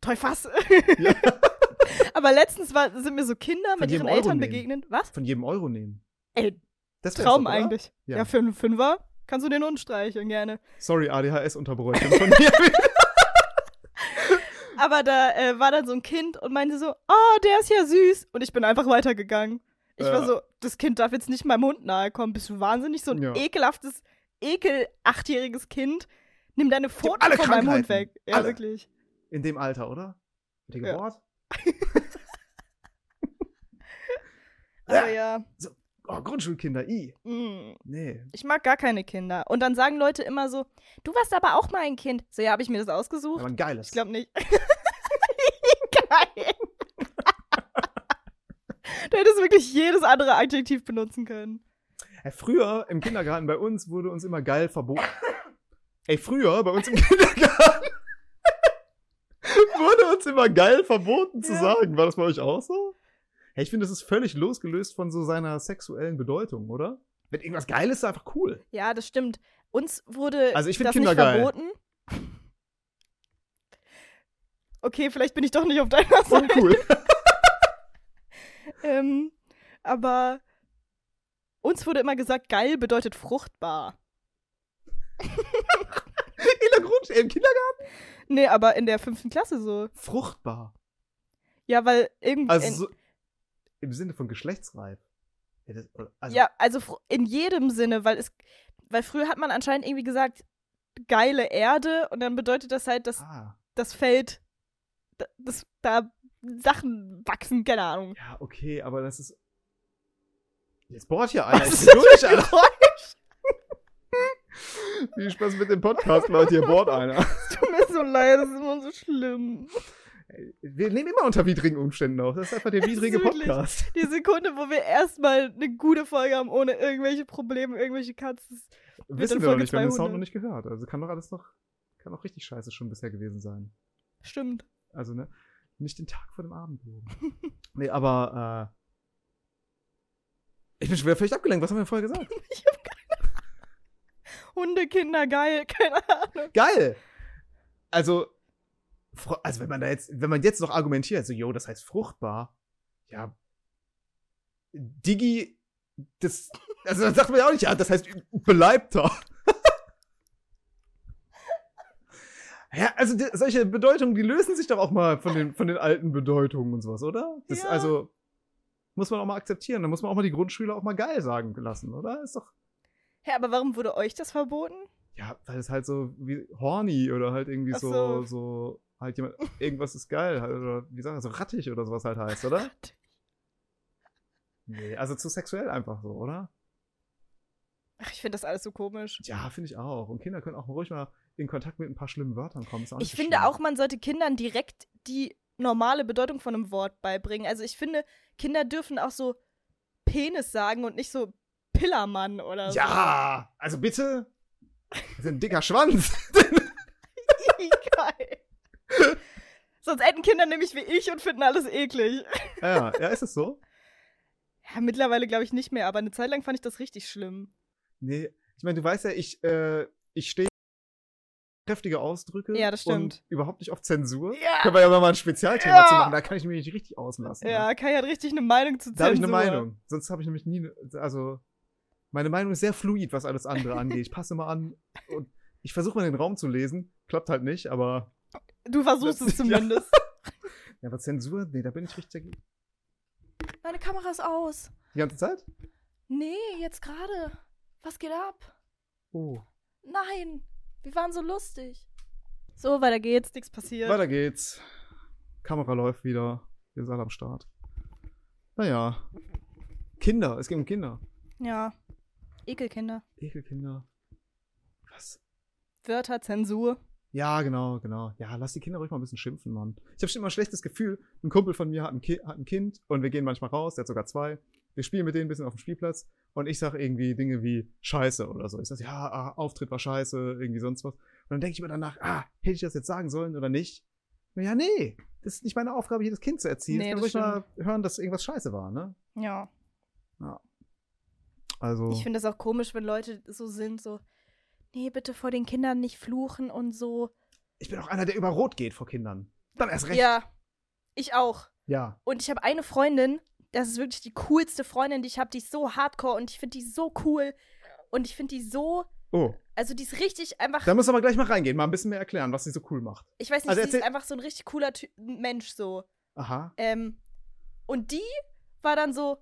Teufass.
Ja.
Aber letztens war, sind mir so Kinder
Von
mit
jedem
ihren
Euro
Eltern
nehmen.
begegnet. Was?
Von jedem Euro nehmen.
Ey,
Das wär's
Traum
doch, oder?
eigentlich.
Ja.
Ja. für einen Fünfer kannst du den Hund streicheln gerne.
Sorry, ADHS-Unterbräuchung von mir.
Aber da äh, war dann so ein Kind und meinte so, oh, der ist ja süß. Und ich bin einfach weitergegangen. Ich
Ja.
war so, das Kind darf jetzt nicht meinem Hund nahe kommen. Bist du wahnsinnig? So ein
Ja.
ekelhaftes, ekel achtjähriges Kind. Nimm deine Pfoten
alle
von meinem Hund
Krankheiten.
weg. Ja,
Alle.
wirklich.
In dem Alter, oder? Mit der
Ja.
Geburt?
Aber Also ja,
Also Oh, Grundschulkinder, i.
mm.
Nee.
ich mag gar keine Kinder. Und dann sagen Leute immer so, du warst aber auch mal ein Kind. So, ja, habe ich mir das ausgesucht?
Aber ein geiles.
Ich glaube nicht. Geil. du hättest wirklich jedes andere Adjektiv benutzen können.
Ey, früher im Kindergarten bei uns wurde uns immer geil verboten. Ey, früher bei uns im Kindergarten wurde uns immer geil verboten zu
Ja.
sagen. War das bei euch auch so? Hey, ich finde, das ist völlig losgelöst von so seiner sexuellen Bedeutung, oder? Wenn irgendwas geil ist, ist einfach cool.
Ja, das stimmt. Uns wurde
Also ich find
das
Kinder
nicht
geil.
verboten. Okay, vielleicht bin ich doch nicht auf deiner
Voll
Seite.
cool.
Ähm, aber uns wurde immer gesagt, geil bedeutet fruchtbar.
In der Grundschule, im Kindergarten.
Nee, aber in der fünften Klasse so.
Fruchtbar.
Ja, weil irgendwie. in-
Also so, im Sinne von geschlechtsreif. Ja, das- also,
ja, also fr- in jedem Sinne, weil es, weil früher hat man anscheinend irgendwie gesagt, geile Erde und dann bedeutet das halt, dass
Ah,
das Feld, da- dass da Sachen wachsen, keine Ahnung.
ja, okay, aber das ist. Jetzt bohrt hier einer.
Was
Ich
ist
bin
das
durch, Alter. Viel Spaß mit dem Podcast, Leute. Hier bohrt einer.
Tut mir so leid, das ist immer so schlimm.
Wir nehmen immer unter widrigen Umständen auf. Das ist einfach der
Es ist
widrige
wirklich-
Podcast.
Die Sekunde, wo wir erstmal eine gute Folge haben, ohne irgendwelche Probleme, irgendwelche Katzen.
Wissen wir
in
noch
Folge
nicht, wir haben den Sound
200.
noch nicht gehört. Also kann doch alles noch, kann auch richtig scheiße schon bisher gewesen sein.
Stimmt.
Also, ne? Nicht den Tag vor dem Abend loben. Nee, aber, äh, ich bin schon wieder völlig abgelenkt. Was haben wir denn vorher gesagt?
Hundekinder, geil, keine Ahnung.
Geil! Also, fr- also wenn man da jetzt, wenn man jetzt noch argumentiert, so, yo, das heißt fruchtbar, ja, Digi, das, also das sagt man ja auch nicht, ja, das heißt beleibter. Ja, also die, solche Bedeutungen, die lösen sich doch auch mal von den, von den alten Bedeutungen und sowas, oder? Das,
Ja.
Also muss man auch mal akzeptieren. Da muss man auch mal die Grundschüler auch mal geil sagen lassen, oder? Ist doch
Hä, aber warum wurde euch das verboten?
Ja, weil es halt so wie horny oder halt irgendwie
Ach
so,
so.
so, halt jemand, irgendwas ist geil, halt, oder wie sagen wir, so rattig oder sowas halt heißt, oder? Nee, also zu sexuell einfach so, oder?
Ach, ich finde das alles so komisch.
Ja, finde ich auch. Und Kinder können auch ruhig mal in Kontakt mit ein paar schlimmen Wörtern kommen. Ist auch nicht
Ich
so
finde
schlimm.
auch, man sollte Kindern direkt die normale Bedeutung von einem Wort beibringen. Also ich finde, Kinder dürfen auch so Penis sagen und nicht so Pillermann oder so.
Ja, also bitte. Das ist ein dicker Schwanz.
Geil. Sonst enden Kinder nämlich wie ich und finden alles eklig.
ja, ja, ist es so?
Ja, mittlerweile glaube ich nicht mehr, aber eine Zeit lang fand ich das richtig schlimm.
Nee, ich meine, du weißt ja, ich, äh, ich stehe kräftige Ausdrücke.
Ja, das stimmt.
Und überhaupt nicht auf Zensur.
Ja,
Können wir ja mal ein Spezialthema
Ja.
zu machen, da kann ich mich nicht richtig auslassen.
ja Kai hat richtig eine Meinung zu
Da habe ich eine
Zensur.
Meinung. Sonst habe ich nämlich nie, ne- also meine Meinung ist sehr fluid, was alles andere angeht. Ich passe immer an und ich versuche mal den Raum zu lesen. Klappt halt nicht, aber
Du versuchst
Das-
es zumindest.
ja, aber Zensur, nee, da bin ich richtig dagegen.
Meine Kamera ist aus.
Die ganze Zeit?
Nee, jetzt gerade. Was geht ab?
Oh.
Nein, wir waren so lustig. So, weiter geht's. Nichts passiert.
Weiter geht's. Kamera läuft wieder. Wir sind alle am Start. Naja. Kinder, es geht um Kinder.
Ja. Ekelkinder.
Ekelkinder. Was?
Wörter, Zensur.
Ja, genau, genau. Ja, lass die Kinder ruhig mal ein bisschen schimpfen, Mann. Ich habe schon immer ein schlechtes Gefühl. Ein Kumpel von mir hat ein, Ki hat ein Kind und wir gehen manchmal raus, der hat sogar zwei. Wir spielen mit denen ein bisschen auf dem Spielplatz und ich sage irgendwie Dinge wie Scheiße oder so. Ich sage, ja, ah, Auftritt war scheiße, irgendwie sonst was. Und dann denke ich mir danach, ah, hätte ich das jetzt sagen sollen oder nicht? Na Ja, nee, das ist nicht meine Aufgabe, jedes Kind zu erziehen.
Nee,
ich kann ruhig
das
mal hören, dass irgendwas scheiße war, ne?
Ja.
Also,
Ich finde das auch komisch, wenn Leute so sind, so, nee, bitte vor den Kindern nicht fluchen und so.
ich bin auch einer, der über Rot geht vor Kindern. Dann erst recht.
Ja, ich auch.
ja.
Und ich habe eine Freundin, das ist wirklich die coolste Freundin, die ich habe, die ist so hardcore und ich finde die so cool. Und ich finde die so,
Oh,
also die ist richtig einfach,
da müssen wir aber gleich mal reingehen, mal ein bisschen mehr erklären, was sie so cool macht.
ich weiß nicht,
also
sie ist
erzähl-
einfach so ein richtig cooler Ty Mensch so.
Aha.
Ähm, und die war dann so,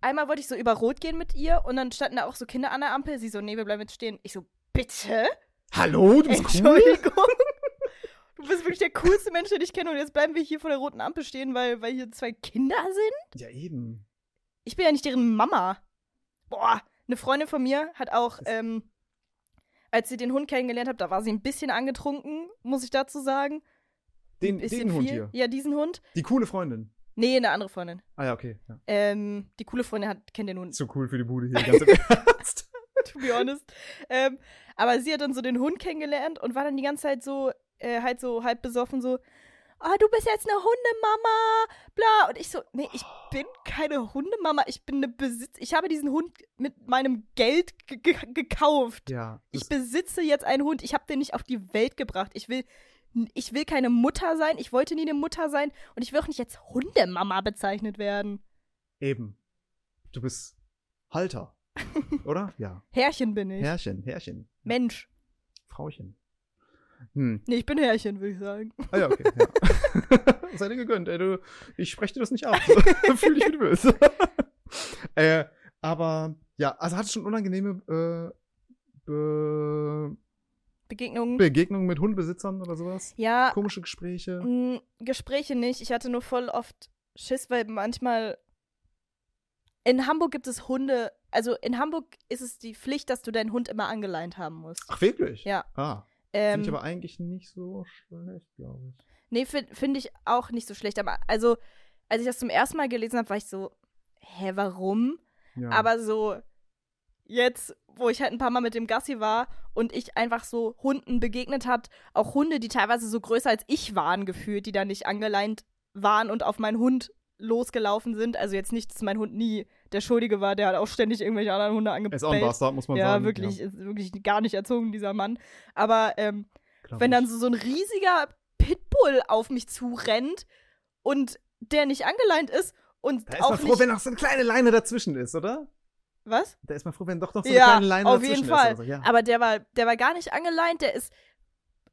einmal wollte ich so über Rot gehen mit ihr und dann standen da auch so Kinder an der Ampel. Sie so, nee, wir bleiben jetzt stehen. Ich so, bitte?
Hallo, du bist cool?
Entschuldigung. Du bist wirklich der coolste Mensch, den ich kenne und jetzt bleiben wir hier vor der roten Ampel stehen, weil, weil hier zwei Kinder sind?
Ja, eben.
Ich bin ja nicht deren Mama. Boah, eine Freundin von mir hat auch,
Das-
ähm, als sie den Hund kennengelernt hat, da war sie ein bisschen angetrunken, muss ich dazu sagen.
Den,
bisschen
den Hund
viel.
hier.
Ja, diesen Hund.
Die coole Freundin.
Nee, eine andere Freundin.
Ah ja, okay. Ja.
Ähm, die coole Freundin hat, kennt den Hund.
Zu cool für die Bude hier. Ganz im Ernst.
to be honest. Ähm, aber sie hat dann so den Hund kennengelernt und war dann die ganze Zeit so, äh, halt so halb besoffen, so, ah, du bist jetzt eine Hundemama, bla. Und ich so, nee, ich bin keine Hundemama, ich bin eine Besitz, ich habe diesen Hund mit meinem Geld ge ge gekauft.
Ja.
Ich
Das,
besitze jetzt einen Hund, ich habe den nicht auf die Welt gebracht. Ich will, ich will keine Mutter sein, ich wollte nie eine Mutter sein und ich will auch nicht jetzt Hundemama bezeichnet werden.
eben. Du bist Halter. Oder? Ja.
Herrchen bin ich.
Herrchen, Herrchen.
Mensch.
Frauchen. Hm.
Nee, ich bin Herrchen, würde ich sagen.
Ah ja, okay. Ja. Sei dir gegönnt, ey. Du, ich spreche dir das nicht ab. Fühl dich, wie du willst. äh, aber, ja, also hatte schon unangenehme äh, Be
Begegnungen.
Begegnungen mit Hundbesitzern oder sowas.
ja,
Komische Gespräche.
Mm, Gespräche nicht. Ich hatte nur voll oft Schiss, weil manchmal. In Hamburg gibt es Hunde. Also in Hamburg ist es die Pflicht, dass du deinen Hund immer angeleint haben musst.
Ach, wirklich?
Ja.
Ah,
Ähm,
Finde ich aber eigentlich nicht so schlecht, glaube ich.
nee, finde find ich auch nicht so schlecht. Aber also, als ich das zum ersten Mal gelesen habe, war ich so, hä, warum?
Ja.
Aber so, jetzt, wo ich halt ein paar Mal mit dem Gassi war und ich einfach so Hunden begegnet hat, auch Hunde, die teilweise so größer als ich waren, gefühlt, die da nicht angeleint waren und auf meinen Hund losgelaufen sind. Also jetzt nicht, dass mein Hund nie der Schuldige war, der hat auch ständig irgendwelche anderen Hunde
ist auch ein
angepellt.
Bastard, muss man
Ja,
sagen.
wirklich, ist wirklich gar nicht erzogen, dieser Mann. Aber ähm,
glaub
wenn
ich.
dann so, so ein riesiger Pitbull auf mich zurennt und der nicht angeleint ist und
Da ist man
auch
froh,
nicht.
wenn noch so eine kleine Leine dazwischen ist, oder?
was?
Da ist man froh, wenn doch noch so eine
Ja,
kleine Leine
auf
dazwischen
jeden
ist.
Fall.
Also, ja.
Aber der war, der war gar nicht angeleint, der ist.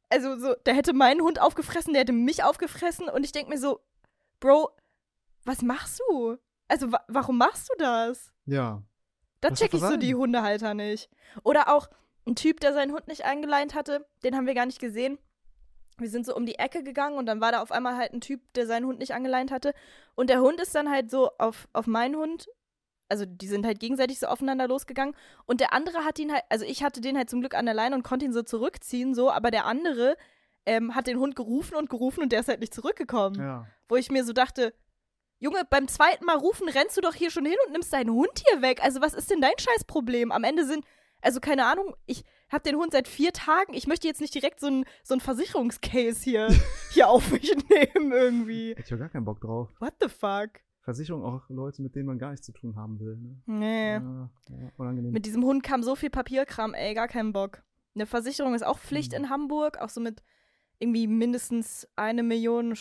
Also, so, der hätte meinen Hund aufgefressen, der hätte mich aufgefressen und ich denke mir so, Bro, was machst du? Also, wa warum machst du das?
ja.
Da
Was
check
soll
ich
das
so
sein?
die Hundehalter nicht. Oder auch, ein Typ, der seinen Hund nicht eingeleint hatte. Den haben wir gar nicht gesehen. Wir sind so um die Ecke gegangen und dann war da auf einmal halt ein Typ, der seinen Hund nicht angeleint hatte. Und der Hund ist dann halt so auf, auf meinen Hund. Also die sind halt gegenseitig so aufeinander losgegangen. Und der andere hat ihn halt, also ich hatte den halt zum Glück an der Leine und konnte ihn so zurückziehen, so, aber der andere ähm, hat den Hund gerufen und gerufen und der ist halt nicht zurückgekommen.
Ja.
Wo ich mir so dachte, Junge, beim zweiten Mal rufen rennst du doch hier schon hin und nimmst deinen Hund hier weg. Also was ist denn dein Scheißproblem? Am Ende sind, also keine Ahnung, ich habe den Hund seit vier Tagen. Ich möchte jetzt nicht direkt so ein, so ein Versicherungscase hier, hier auf mich nehmen irgendwie.
Hätte ich ja gar keinen Bock drauf.
What the fuck?
Versicherung auch Leute, mit denen man gar nichts zu tun haben will. Ne?
Nee.
Ja, ja, unangenehm.
Mit diesem Hund kam so viel Papierkram, ey, gar keinen Bock. Eine Versicherung ist auch Pflicht
Mhm.
in Hamburg, auch so mit irgendwie mindestens eine Million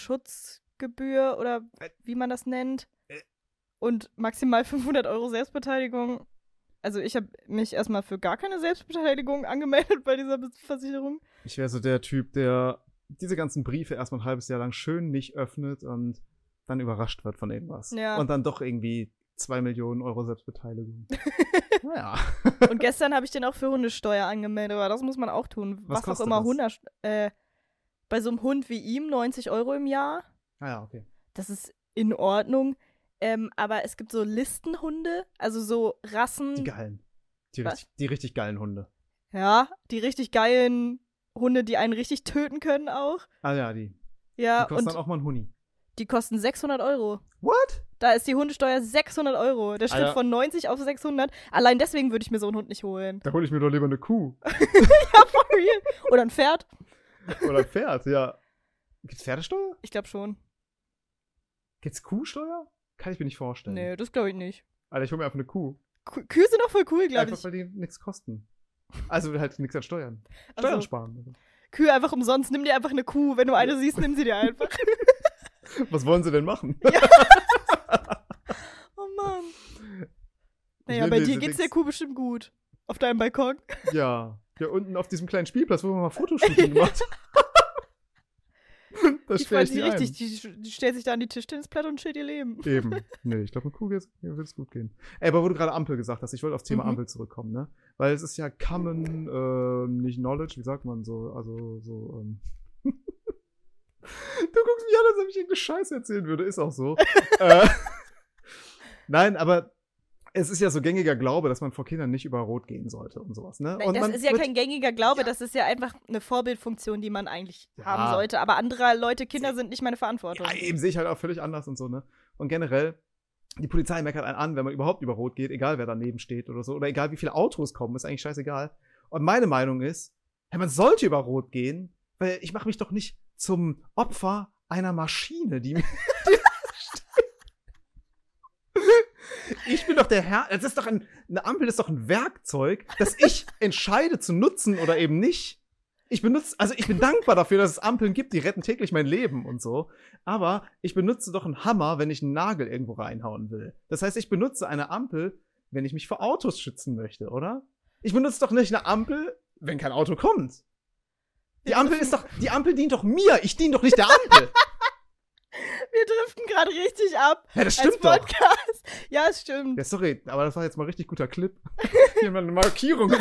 Schutzgebühr oder wie man das nennt.
Äh.
Und maximal 500 Euro Selbstbeteiligung. Also ich habe mich erstmal für gar keine Selbstbeteiligung angemeldet bei dieser Be- Versicherung.
ich wäre so der Typ, der diese ganzen Briefe erstmal ein halbes Jahr lang schön nicht öffnet und dann überrascht wird von irgendwas.
Ja.
Und dann doch irgendwie zwei Millionen Euro Selbstbeteiligung. naja.
Und gestern habe ich den auch für Hundesteuer angemeldet, aber das muss man auch tun.
Was
Was, auch
kostet
immer
das?
Hunde, äh, bei so einem Hund wie ihm 90 Euro im Jahr.
Naja, Ah okay.
das ist in Ordnung. Ähm, aber es gibt so Listenhunde, also so
Die
Rassen,
geilen. Die,
Was?
richtig, die richtig geilen Hunde.
ja, die richtig geilen Hunde, die einen richtig töten können auch.
Ah ja, die.
Ja,
die kosten
und
dann auch mal einen Huni.
die kosten 600 Euro.
What?
Da ist die Hundesteuer 600 Euro. Der Schritt
Alter.
von 90 auf 600. Allein deswegen würde ich mir so einen Hund nicht holen.
Da hole ich mir doch lieber eine Kuh.
Ja, for real. Oder ein Pferd?
Oder ein Pferd, ja. Gibt's Pferdesteuer?
Ich glaube schon.
Gibt's Kuhsteuer? Kann ich mir nicht vorstellen.
Nee, das glaube ich nicht.
Alter, ich hole mir einfach eine Kuh.
Kü- Kühe sind auch voll cool, glaube
Einfach,
ich.
weil die nichts kosten. Also halt nichts an Steuern.
Also-
Steuern sparen.
Kühe einfach umsonst. Nimm dir einfach eine Kuh. Wenn du eine siehst, nimm sie dir einfach.
Was wollen sie denn machen?
Oh Mann. Naja,
nehm
bei
mir
dir
diese
geht's der
Dings-
Kuh bestimmt gut. Auf deinem Balkon.
Ja, hier unten auf diesem kleinen Spielplatz, wo wir mal Fotoshooting gemacht haben. Da
Ich
sperre
fand
ich
sie
die
richtig. Die, die stellt sich da an die Tischtennisplatte und chillt ihr Leben.
ein. Eben. Nee, ich glaube, mit Kuh wird's- mir wird's gut gehen. Ey, aber wo du gerade Ampel gesagt hast, ich wollte aufs Thema
Mhm.
Ampel zurückkommen, ne? Weil es ist ja Common, ähm, nicht Knowledge, wie sagt man so, also so, ähm. Du guckst mich an, als ob ich irgendeine Scheiße erzählen würde, ist auch so. äh, nein, aber es ist ja so gängiger Glaube, dass man vor Kindern nicht über Rot gehen sollte und sowas, ne? und
das
man
ist ja
wird-
kein gängiger Glaube, das ist ja einfach eine Vorbildfunktion, die man eigentlich
Ja.
haben sollte. Aber andere Leute, Kinder sind nicht meine Verantwortung.
Ja, eben sehe ich halt auch völlig anders und so, ne? Und generell, die Polizei meckert einen an, wenn man überhaupt über Rot geht, egal wer daneben steht oder so, oder egal wie viele Autos kommen, ist eigentlich scheißegal. Und meine Meinung ist, hey, man sollte über Rot gehen, weil ich mache mich doch nicht zum Opfer einer Maschine, die mir. Ich bin doch der Herr. Das ist doch ein, eine Ampel ist doch ein Werkzeug, das ich entscheide zu nutzen oder eben nicht. Ich benutze, also ich bin dankbar dafür, dass es Ampeln gibt, die retten täglich mein Leben und so. Aber ich benutze doch einen Hammer, wenn ich einen Nagel irgendwo reinhauen will. Das heißt, ich benutze eine Ampel, wenn ich mich vor Autos schützen möchte, oder? Ich benutze doch nicht eine Ampel, wenn kein Auto kommt. Die Ampel ist doch, die Ampel dient doch mir. Ich dient doch nicht der Ampel.
Wir driften gerade richtig ab
Ja, das stimmt
als
doch.
Podcast. Ja, es stimmt.
Ja, sorry, aber das war jetzt mal richtig guter Clip. Hier haben wir eine Markierung rein,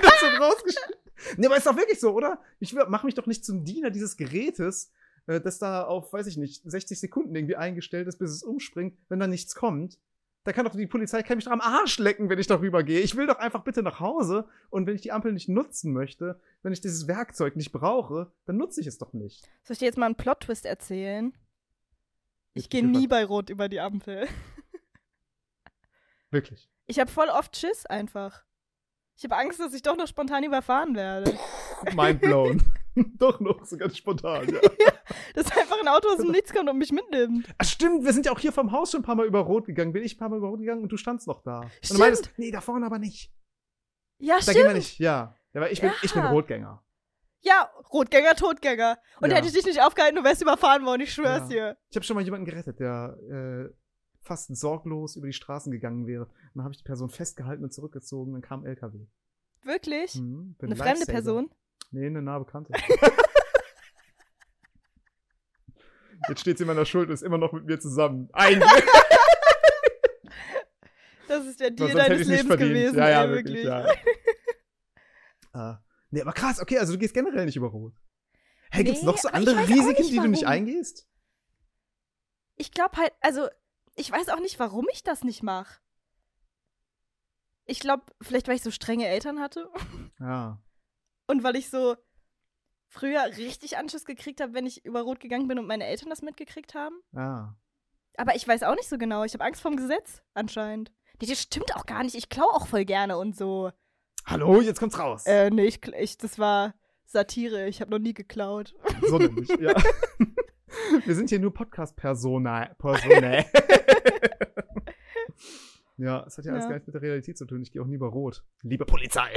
das wird rausgeschnitten. Nee, aber ist doch wirklich so, oder? Ich mache mich doch nicht zum Diener dieses Gerätes, äh, das da auf, weiß ich nicht, 60 Sekunden irgendwie eingestellt ist, bis es umspringt, wenn da nichts kommt. Da kann doch die Polizei kann mich doch am Arsch lecken, wenn ich darüber gehe. Ich will doch einfach bitte nach Hause und wenn ich die Ampel nicht nutzen möchte, wenn ich dieses Werkzeug nicht brauche, dann nutze ich es doch nicht.
Soll ich dir jetzt mal einen Plot-Twist erzählen? Ich
Wirklich
gehe
über-
nie bei Rot über die Ampel.
Wirklich.
Ich habe voll oft Schiss einfach. Ich habe Angst, dass ich doch noch spontan überfahren werde.
Mindblown. doch noch, so ganz spontan, ja.
Dass einfach ein Auto aus dem Nichts kommt und mich mitnimmt.
Ach, stimmt, wir sind ja auch hier vom Haus schon ein paar Mal über Rot gegangen. Bin ich ein paar Mal über Rot gegangen und du standst noch da. Und
Stimmt.
du meintest, nee, da vorne aber nicht.
Ja,
Da
stimmt.
gehen wir nicht. Ja. ja weil ich bin,
Ja.
ich bin Rotgänger.
Ja, Rotgänger, Totgänger. Und
Ja.
hätte ich dich nicht aufgehalten, du wärst überfahren worden, ich schwör's dir.
Ich habe schon mal jemanden gerettet, der äh, fast sorglos über die Straßen gegangen wäre. Und dann habe ich die Person festgehalten und zurückgezogen. Dann kam ein LKW.
Wirklich?
Mhm, bin
Eine fremde
Lifesaver.
Person?
Nee, eine nahe Bekannte. Jetzt steht sie in meiner Schuld und ist immer noch mit mir zusammen. Eigentlich.
Das ist der
Weil
Deal
sonst hätte
deines
ich nicht
Lebens
verdient.
gewesen,
ja, ja,
ey,
wirklich.
wirklich.
Ja. Äh, nee, aber krass, okay, also du gehst generell nicht über Rot. Hey, gibt's
Nee,
noch so
aber ich
andere
weiß auch
Risiken,
nicht,
die du nicht
warum.
eingehst?
Ich glaube halt, also ich weiß auch nicht, warum ich das nicht mache. Ich glaube, vielleicht weil ich so strenge Eltern hatte
Ja.
und weil ich so früher richtig Anschiss gekriegt habe, wenn ich über Rot gegangen bin und meine Eltern das mitgekriegt haben.
Ja.
Aber ich weiß auch nicht so genau. Ich habe Angst vorm Gesetz anscheinend. Nee, das stimmt auch gar nicht. Ich klau auch voll gerne und so.
Hallo, jetzt kommt's raus.
Äh, nee, ich, kl- ich, das war Satire. Ich habe noch nie geklaut.
So nämlich, ja. Wir sind hier nur Podcast-Personae. Personae. ja, es hat ja alles
Ja.
gar nichts mit der Realität zu tun. Ich gehe auch nie bei Rot. Liebe Polizei.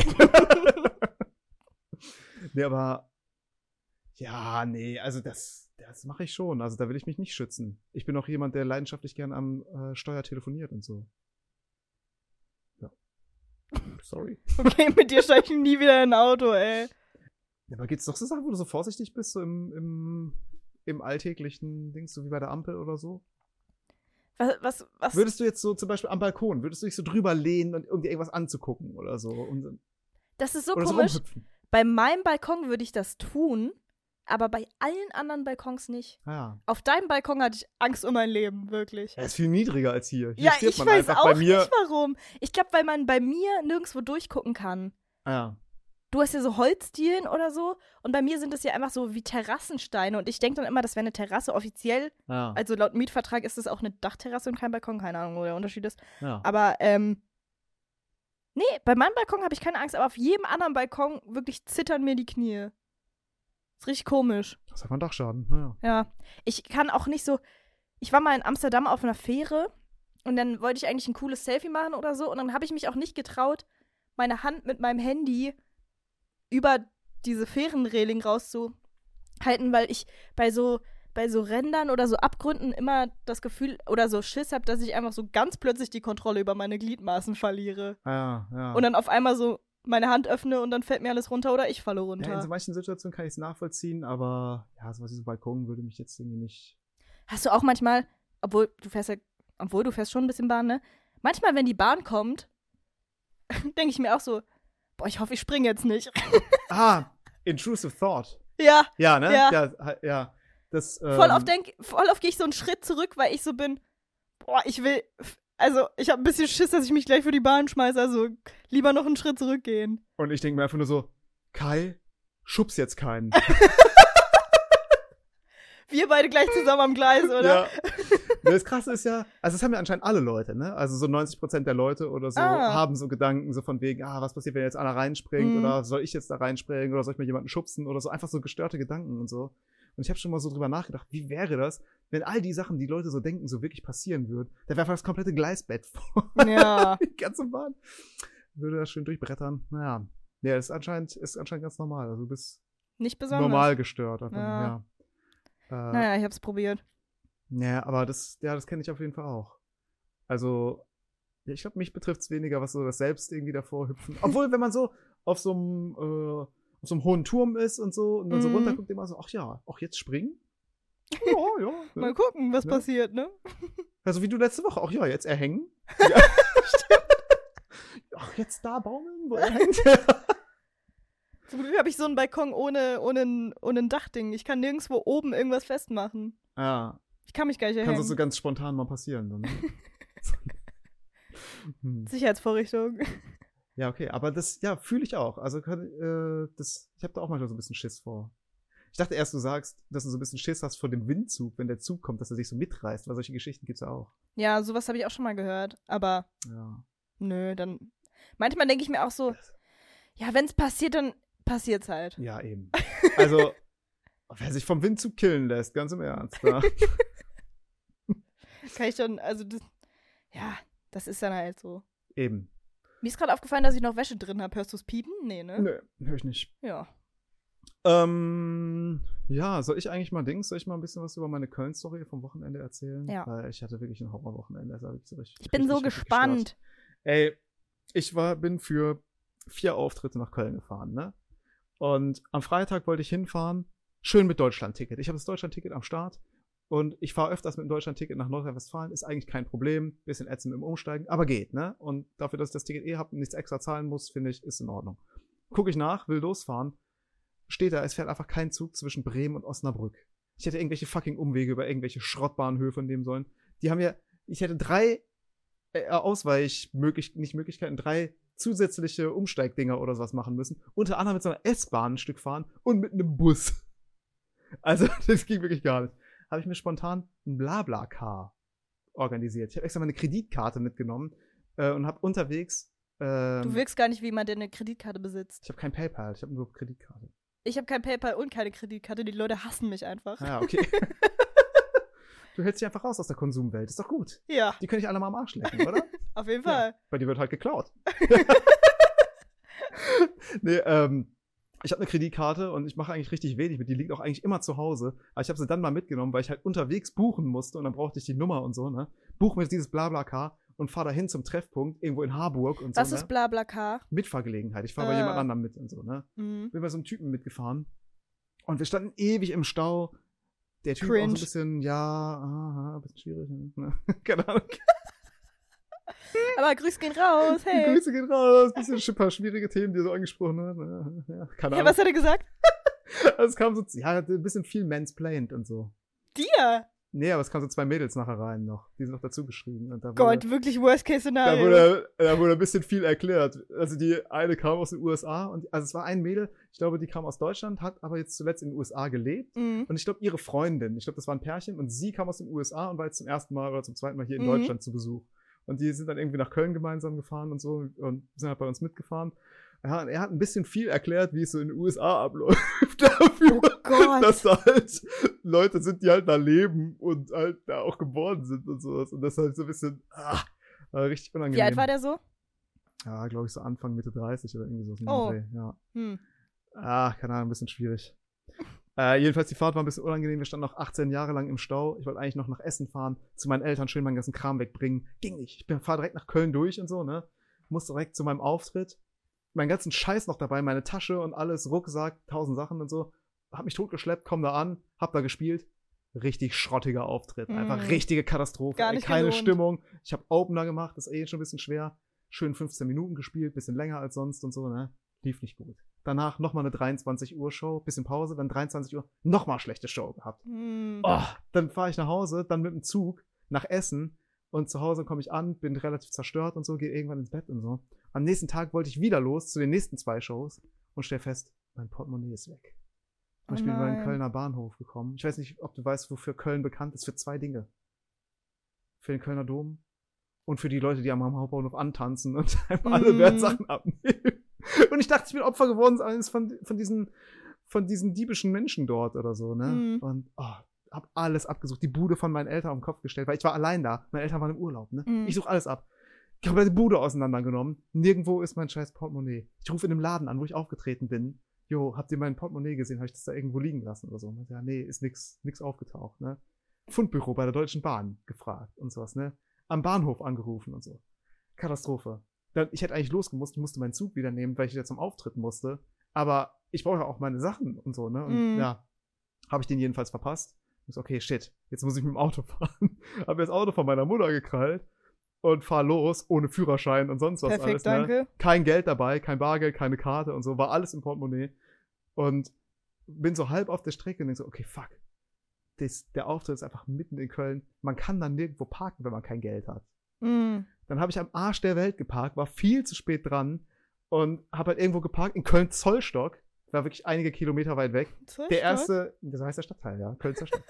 nee, aber ja, nee, also das, das mache ich schon. Also da will ich mich nicht schützen. Ich bin auch jemand, der leidenschaftlich gern am äh, Steuer telefoniert und so. Ja. Sorry.
Okay, mit dir steige ich nie wieder in ein Auto, ey.
Ja, aber gibt's doch so Sachen, wo du so vorsichtig bist, so im, im, im alltäglichen Dings, so wie bei der Ampel oder so?
Was, was, was?
Würdest du jetzt so zum Beispiel am Balkon, würdest du dich so drüber lehnen und um dir irgendwas anzugucken oder so? Und,
das ist so
oder so
komisch.
rumhüpfen?
Bei meinem Balkon würde ich das tun, aber bei allen anderen Balkons nicht.
Ah, Ja.
Auf deinem Balkon hatte ich Angst um mein Leben, wirklich.
Er ist viel niedriger als hier. Hier
ja,
stirbt
ich
man
weiß
einfach
auch
bei mir.
nicht warum. Ich glaube, weil man bei mir nirgendwo durchgucken kann.
Ah, Ja.
Du hast ja so Holzdielen oder so und bei mir sind es ja einfach so wie Terrassensteine und ich denke dann immer, das wäre eine Terrasse. Offiziell,
ah Ja.
also laut Mietvertrag ist es auch eine Dachterrasse und kein Balkon, keine Ahnung, wo der Unterschied ist.
ja.
Aber ähm, nee, bei meinem Balkon habe ich keine Angst, aber auf jedem anderen Balkon wirklich zittern mir die Knie. Ist richtig komisch.
Das hat man Dachschaden. Ah Ja.
Ja, ich kann auch nicht so. Ich war mal in Amsterdam auf einer Fähre und dann wollte ich eigentlich ein cooles Selfie machen oder so und dann habe ich mich auch nicht getraut, meine Hand mit meinem Handy über diese Fährenreling rauszuhalten, weil ich bei so bei so Rändern oder so Abgründen immer das Gefühl oder so Schiss habe, dass ich einfach so ganz plötzlich die Kontrolle über meine Gliedmaßen verliere
ah Ja, ja.
und dann auf einmal so meine Hand öffne und dann fällt mir alles runter oder ich falle
ja, in
runter.
so manchen Situationen kann ich es nachvollziehen, aber ja, sowas wie so Balkon würde mich jetzt irgendwie nicht.
Hast du auch manchmal, obwohl du fährst ja, obwohl du fährst schon ein bisschen Bahn, ne? Manchmal, wenn die Bahn kommt, denke ich mir auch so, boah, ich hoffe, ich springe jetzt nicht.
Ah, intrusive thought.
ja,
Ja, ne?
Ja.
Ja. ja. Das, ähm,
voll oft denk, voll oft gehe ich so einen Schritt zurück, weil ich so bin, boah, ich will, also ich habe ein bisschen Schiss, dass ich mich gleich für die Bahn schmeiße, also lieber noch einen Schritt zurückgehen.
Und ich denke mir einfach nur so, Kai, schubs jetzt keinen.
Wir beide gleich zusammen am Gleis, oder?
Ja. Nee, Das Krasse ist ja, also das haben ja anscheinend alle Leute, ne? Also so 90 Prozent der Leute oder so
Ah.
haben so Gedanken so von wegen, ah, was passiert, wenn jetzt einer reinspringt
Mhm.
oder soll ich jetzt da reinspringen oder soll ich mir jemanden schubsen oder so einfach so gestörte Gedanken und so. Und ich habe schon mal so drüber nachgedacht, wie wäre das, wenn all die Sachen, die Leute so denken, so wirklich passieren würden? Da wäre einfach das komplette Gleisbett vor
ja.
die ganze Bahn. Würde das schön durchbrettern. Naja. Ja, ist anscheinend, ist anscheinend ganz normal. Also du bist
Nicht besonders.
normal gestört. Einfach,
Ja.
ja. Äh,
Naja, ich hab's probiert.
ja, aber das, ja, das kenne ich auf jeden Fall auch. Also, ja, ich glaube, mich betrifft's weniger, was so das Selbst irgendwie davor hüpfen. Obwohl, wenn man so auf so einem, äh, auf so einem hohen Turm ist und so und dann so
Mhm.
runterguckt, immer so, ach ja, auch jetzt springen? Ja, ja.
Mal
ne?
gucken, was
Ja.
passiert, ne?
Also wie du letzte Woche, auch ja, jetzt erhängen. Ja. Ach, jetzt da baumeln, wo er hängt.
Zum Glück habe ich so einen Balkon ohne, ohne, ein- ohne ein Dachding. Ich kann nirgendwo oben irgendwas festmachen.
ja,
Ich kann mich gar nicht
kann
erhängen.
sonst so ganz spontan mal passieren. Dann, ne? hm.
Sicherheitsvorrichtung.
Ja, okay, aber das, ja, fühle ich auch. Also kann, äh, das, ich habe da auch manchmal so ein bisschen Schiss vor. Ich dachte erst, du sagst, dass du so ein bisschen Schiss hast vor dem Windzug, wenn der Zug kommt, dass er sich so mitreißt, weil solche Geschichten gibt's ja auch.
Ja, sowas habe ich auch schon mal gehört. Aber
Ja.
nö, dann. Manchmal denke ich mir auch so, ja, wenn es passiert, dann passiert's halt.
Ja, eben. Also, wer sich vom Windzug killen lässt, ganz im Ernst. ne? Ja.
Kann ich dann, also das. Ja, das ist dann halt so.
Eben.
Mir ist gerade aufgefallen, dass ich noch Wäsche drin habe. Hörst du's piepen? Nee, ne?
Nö, höre ich nicht.
Ja.
Ähm, ja, soll ich eigentlich mal Dings, soll ich mal ein bisschen was über meine Köln-Story vom Wochenende erzählen?
Ja.
Weil ich hatte wirklich ein Horrorwochenende. das hab ich so richtig-
Ich bin so
richtig, richtig gestört.
gespannt.
Ey, ich war, bin für vier Auftritte nach Köln gefahren, ne? Und am Freitag wollte ich hinfahren, schön mit Deutschland-Ticket. Ich habe das Deutschland-Ticket am Start und ich fahre öfters mit dem Deutschland-Ticket nach Nordrhein-Westfalen, ist eigentlich kein Problem, bisschen ätzend im Umsteigen, aber geht, ne? Und dafür, dass ich das Ticket eh habe und nichts extra zahlen muss, finde ich, ist in Ordnung. Gucke ich nach, will losfahren. Steht da, es fährt einfach kein Zug zwischen Bremen und Osnabrück. Ich hätte irgendwelche fucking Umwege über irgendwelche Schrottbahnhöfe nehmen sollen. Die haben ja, ich hätte drei äh, Ausweichmöglichkeiten, nicht Möglichkeiten, drei zusätzliche Umsteigdinger oder sowas machen müssen. Unter anderem mit so einer S-Bahn ein Stück fahren und mit einem Bus. Also, das ging wirklich gar nicht. Habe ich mir spontan ein Blabla-Car organisiert. Ich habe extra meine Kreditkarte mitgenommen äh, und habe unterwegs. Ähm,
Du wirkst gar nicht wie jemand, der eine Kreditkarte besitzt.
ich habe kein PayPal, ich habe nur Kreditkarte.
Ich habe kein PayPal und keine Kreditkarte. Die Leute hassen mich einfach.
Ah, okay. du hältst dich einfach raus aus der Konsumwelt. Ist doch gut.
Ja,
Die können ich alle mal am Arsch lecken, oder?
auf jeden
Ja.
Fall.
Bei dir wird halt geklaut. nee, ähm, ich habe eine Kreditkarte und ich mache eigentlich richtig wenig mit. Die liegt auch eigentlich immer zu Hause. Aber ich habe sie dann mal mitgenommen, weil ich halt unterwegs buchen musste und dann brauchte ich die Nummer und so, ne? Buch mir jetzt dieses Blabla-Car und fahr dahin zum Treffpunkt irgendwo in Harburg und
Was
so,
ist
ne?
Blablacar?
Mitfahrgelegenheit. Ich fahre bei
Ah.
jemand anderem mit und so, ne?
Mhm.
bin bei so einem Typen mitgefahren und wir standen ewig im Stau. Der Typ auch so ein
Cringe.
bisschen, ja, aha, ein bisschen schwierig. Ne? Keine Ahnung.
Aber Grüß gehen raus,
Die
hey.
Grüße gehen raus. Ein bisschen ein paar schwierige Themen, die er so angesprochen hat. ne? Ja, keine
Ja,
Ahnung.
was hat er gesagt?
Also es kam so, ja, ein bisschen viel mansplained und so.
Dir?
Nee, aber es kamen so zwei Mädels nachher rein noch. Die sind noch dazu geschrieben. Und da wurde,
Gott, wirklich Worst-Case-Szenario.
Da wurde, da wurde ein bisschen viel erklärt. Also die eine kam aus den USA und also es war ein Mädel, ich glaube, die kam aus Deutschland, hat aber jetzt zuletzt in den USA gelebt.
Mhm.
Und ich glaube, ihre Freundin, ich glaube, das war ein Pärchen und sie kam aus den USA und war jetzt zum ersten Mal oder zum zweiten Mal hier in
Mhm.
Deutschland zu Besuch. Und die sind dann irgendwie nach Köln gemeinsam gefahren und so und sind halt bei uns mitgefahren. Ja, und er hat ein bisschen viel erklärt, wie es so in den USA abläuft dafür,
Oh Gott.
dass da halt Leute sind, die halt da leben und halt da auch geboren sind und sowas. Und das halt so ein bisschen ah, war richtig unangenehm.
Wie alt war der so?
Ja, glaube ich, so Anfang, Mitte 30 oder irgendwie so.
Oh.
Okay, ja.
Hm.
Ah, keine Ahnung, ein bisschen schwierig. Äh, jedenfalls, die Fahrt war ein bisschen unangenehm. Wir standen noch 18 Jahre lang im Stau. Ich wollte eigentlich noch nach Essen fahren, zu meinen Eltern schön meinen ganzen Kram wegbringen. Ging nicht. Ich bin fahre direkt nach Köln durch und so, ne? Muss direkt zu meinem Auftritt. Meinen ganzen Scheiß noch dabei, meine Tasche und alles, Rucksack, tausend Sachen und so. Hab mich totgeschleppt, komm da an, hab da gespielt. Richtig schrottiger Auftritt.
Mm.
Einfach richtige Katastrophe.
Gar
ey,
nicht
keine
gelohnt.
Stimmung. Ich habe Opener gemacht, ist eh schon ein bisschen schwer. Schön 15 Minuten gespielt, bisschen länger als sonst und so, ne? Lief nicht gut. Danach nochmal eine 23 Uhr Show, bisschen Pause, dann 23 Uhr, nochmal schlechte Show gehabt.
Hm.
Oh, dann fahre ich nach Hause, dann mit dem Zug nach Essen und zu Hause komme ich an, bin relativ zerstört und so, gehe irgendwann ins Bett und so. Am nächsten Tag wollte ich wieder los zu den nächsten zwei Shows und stell fest, mein Portemonnaie ist weg. Und
Oh
ich bin über den
nein.
Kölner Bahnhof gekommen. Ich weiß nicht, ob du weißt, wofür Köln bekannt ist, für zwei Dinge. Für den Kölner Dom und für die Leute, die am Hauptbahnhof antanzen und einem alle
Mhm.
Wertsachen abnehmen. Und ich dachte, ich bin Opfer geworden eines von, von diesen von diesen diebischen Menschen dort oder so, ne?
Mhm.
Und oh, hab alles abgesucht, die Bude von meinen Eltern auf den Kopf gestellt, weil ich war allein da. Meine Eltern waren im Urlaub, ne?
Mhm.
Ich suche alles ab. Ich habe die Bude auseinandergenommen. Nirgendwo ist mein scheiß Portemonnaie. Ich rufe in einem Laden an, wo ich aufgetreten bin. Jo, habt ihr mein Portemonnaie gesehen? Habe ich das da irgendwo liegen lassen oder so? Ne? Ja, nee, ist nix, nix aufgetaucht, ne? Fundbüro bei der Deutschen Bahn gefragt und sowas, ne? Am Bahnhof angerufen und so. Katastrophe. Dann, ich hätte eigentlich losgemusst, musste meinen Zug wieder nehmen, weil ich jetzt zum Auftritt musste. Aber ich brauche ja auch meine Sachen und so, ne? Und
Mhm.
ja, habe ich den jedenfalls verpasst. Ich so, okay, shit, jetzt muss ich mit dem Auto fahren. habe mir das Auto von meiner Mutter gekrallt und fahr los, ohne Führerschein und sonst was
Perfekt,
alles. Ne?
danke.
kein Geld dabei, kein Bargeld, keine Karte und so, war alles im Portemonnaie. Und bin so halb auf der Strecke und denk so, okay, fuck. Das, der Auftritt ist einfach mitten in Köln. Man kann dann nirgendwo parken, wenn man kein Geld hat.
Hm.
Dann habe ich am Arsch der Welt geparkt, war viel zu spät dran und habe halt irgendwo geparkt in Köln-Zollstock. War wirklich einige Kilometer weit weg.
Zollstock?
Der erste, das heißt der Stadtteil, ja, Kölzer Stadt.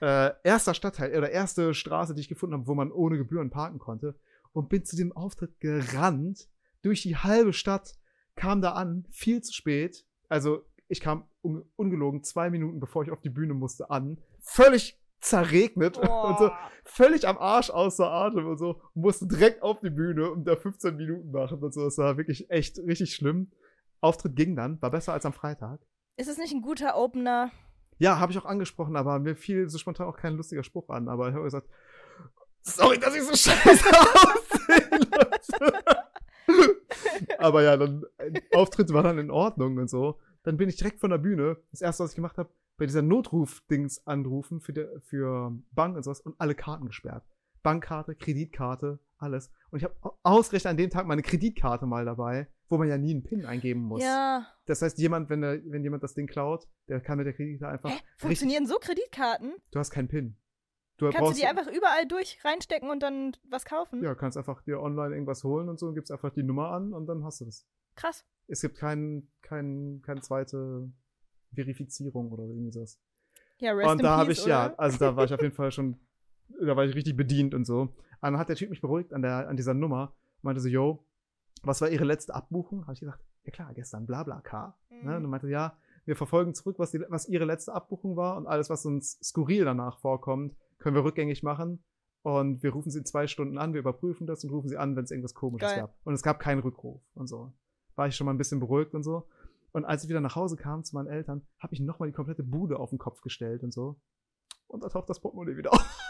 äh, erster Stadtteil oder erste Straße, die ich gefunden habe, wo man ohne Gebühren parken konnte. Und bin zu dem Auftritt gerannt, durch die halbe Stadt, kam da an, viel zu spät. Also ich kam un ungelogen zwei Minuten, bevor ich auf die Bühne musste, an. Völlig zerregnet
Oh.
und so
Boah.
völlig am Arsch außer Atem und so, musste direkt auf die Bühne und da 15 Minuten machen und so. Das war wirklich echt richtig schlimm. Auftritt ging dann, war besser als am Freitag.
Ist es nicht ein guter Opener?
Ja, habe ich auch angesprochen, aber mir fiel so spontan auch kein lustiger Spruch an. Aber ich habe gesagt, sorry, dass ich so scheiße aussehe, Leute. aber ja, dann äh, Auftritt war dann in Ordnung und so. Dann bin ich direkt von der Bühne. Das erste, was ich gemacht habe, bei dieser Notruf-Dings anrufen für, der, für Bank und sowas und alle Karten gesperrt. Bankkarte, Kreditkarte, alles. Und ich habe ausgerechnet an dem Tag meine Kreditkarte mal dabei, wo man ja nie einen PIN eingeben muss.
Ja.
Das heißt, jemand, wenn, der, wenn jemand das Ding klaut, der kann mit der Kreditkarte einfach.
Hä? Funktionieren so Kreditkarten?
Du hast keinen PIN. Du
Kannst du die einfach überall durch reinstecken und dann was kaufen?
Ja, kannst einfach dir online irgendwas holen und so und gibst einfach die Nummer an und dann hast du das.
Krass.
Es gibt kein, kein, keine zweite Verifizierung oder irgendwie sowas.
Ja, rest
und
in
da habe
peace,
ich, ja,
oder?
also da war ich auf jeden Fall schon, da war ich richtig bedient und so. Und dann hat der Typ mich beruhigt an, der, an dieser Nummer und meinte so, yo, was war ihre letzte Abbuchung? Habe ich gesagt, ja klar, gestern, bla bla K. Ne? Und
Mhm.
er meinte, ja, wir verfolgen zurück, was, die, was ihre letzte Abbuchung war und alles, was uns skurril danach vorkommt, können wir rückgängig machen. Und wir rufen sie in zwei Stunden an, wir überprüfen das und rufen sie an, wenn es irgendwas Komisches
Geil.
gab. Und es gab keinen Rückruf und so. War ich schon mal ein bisschen beruhigt und so. Und als ich wieder nach Hause kam zu meinen Eltern, habe ich nochmal die komplette Bude auf den Kopf gestellt und so. Und da taucht das Portemonnaie wieder auf.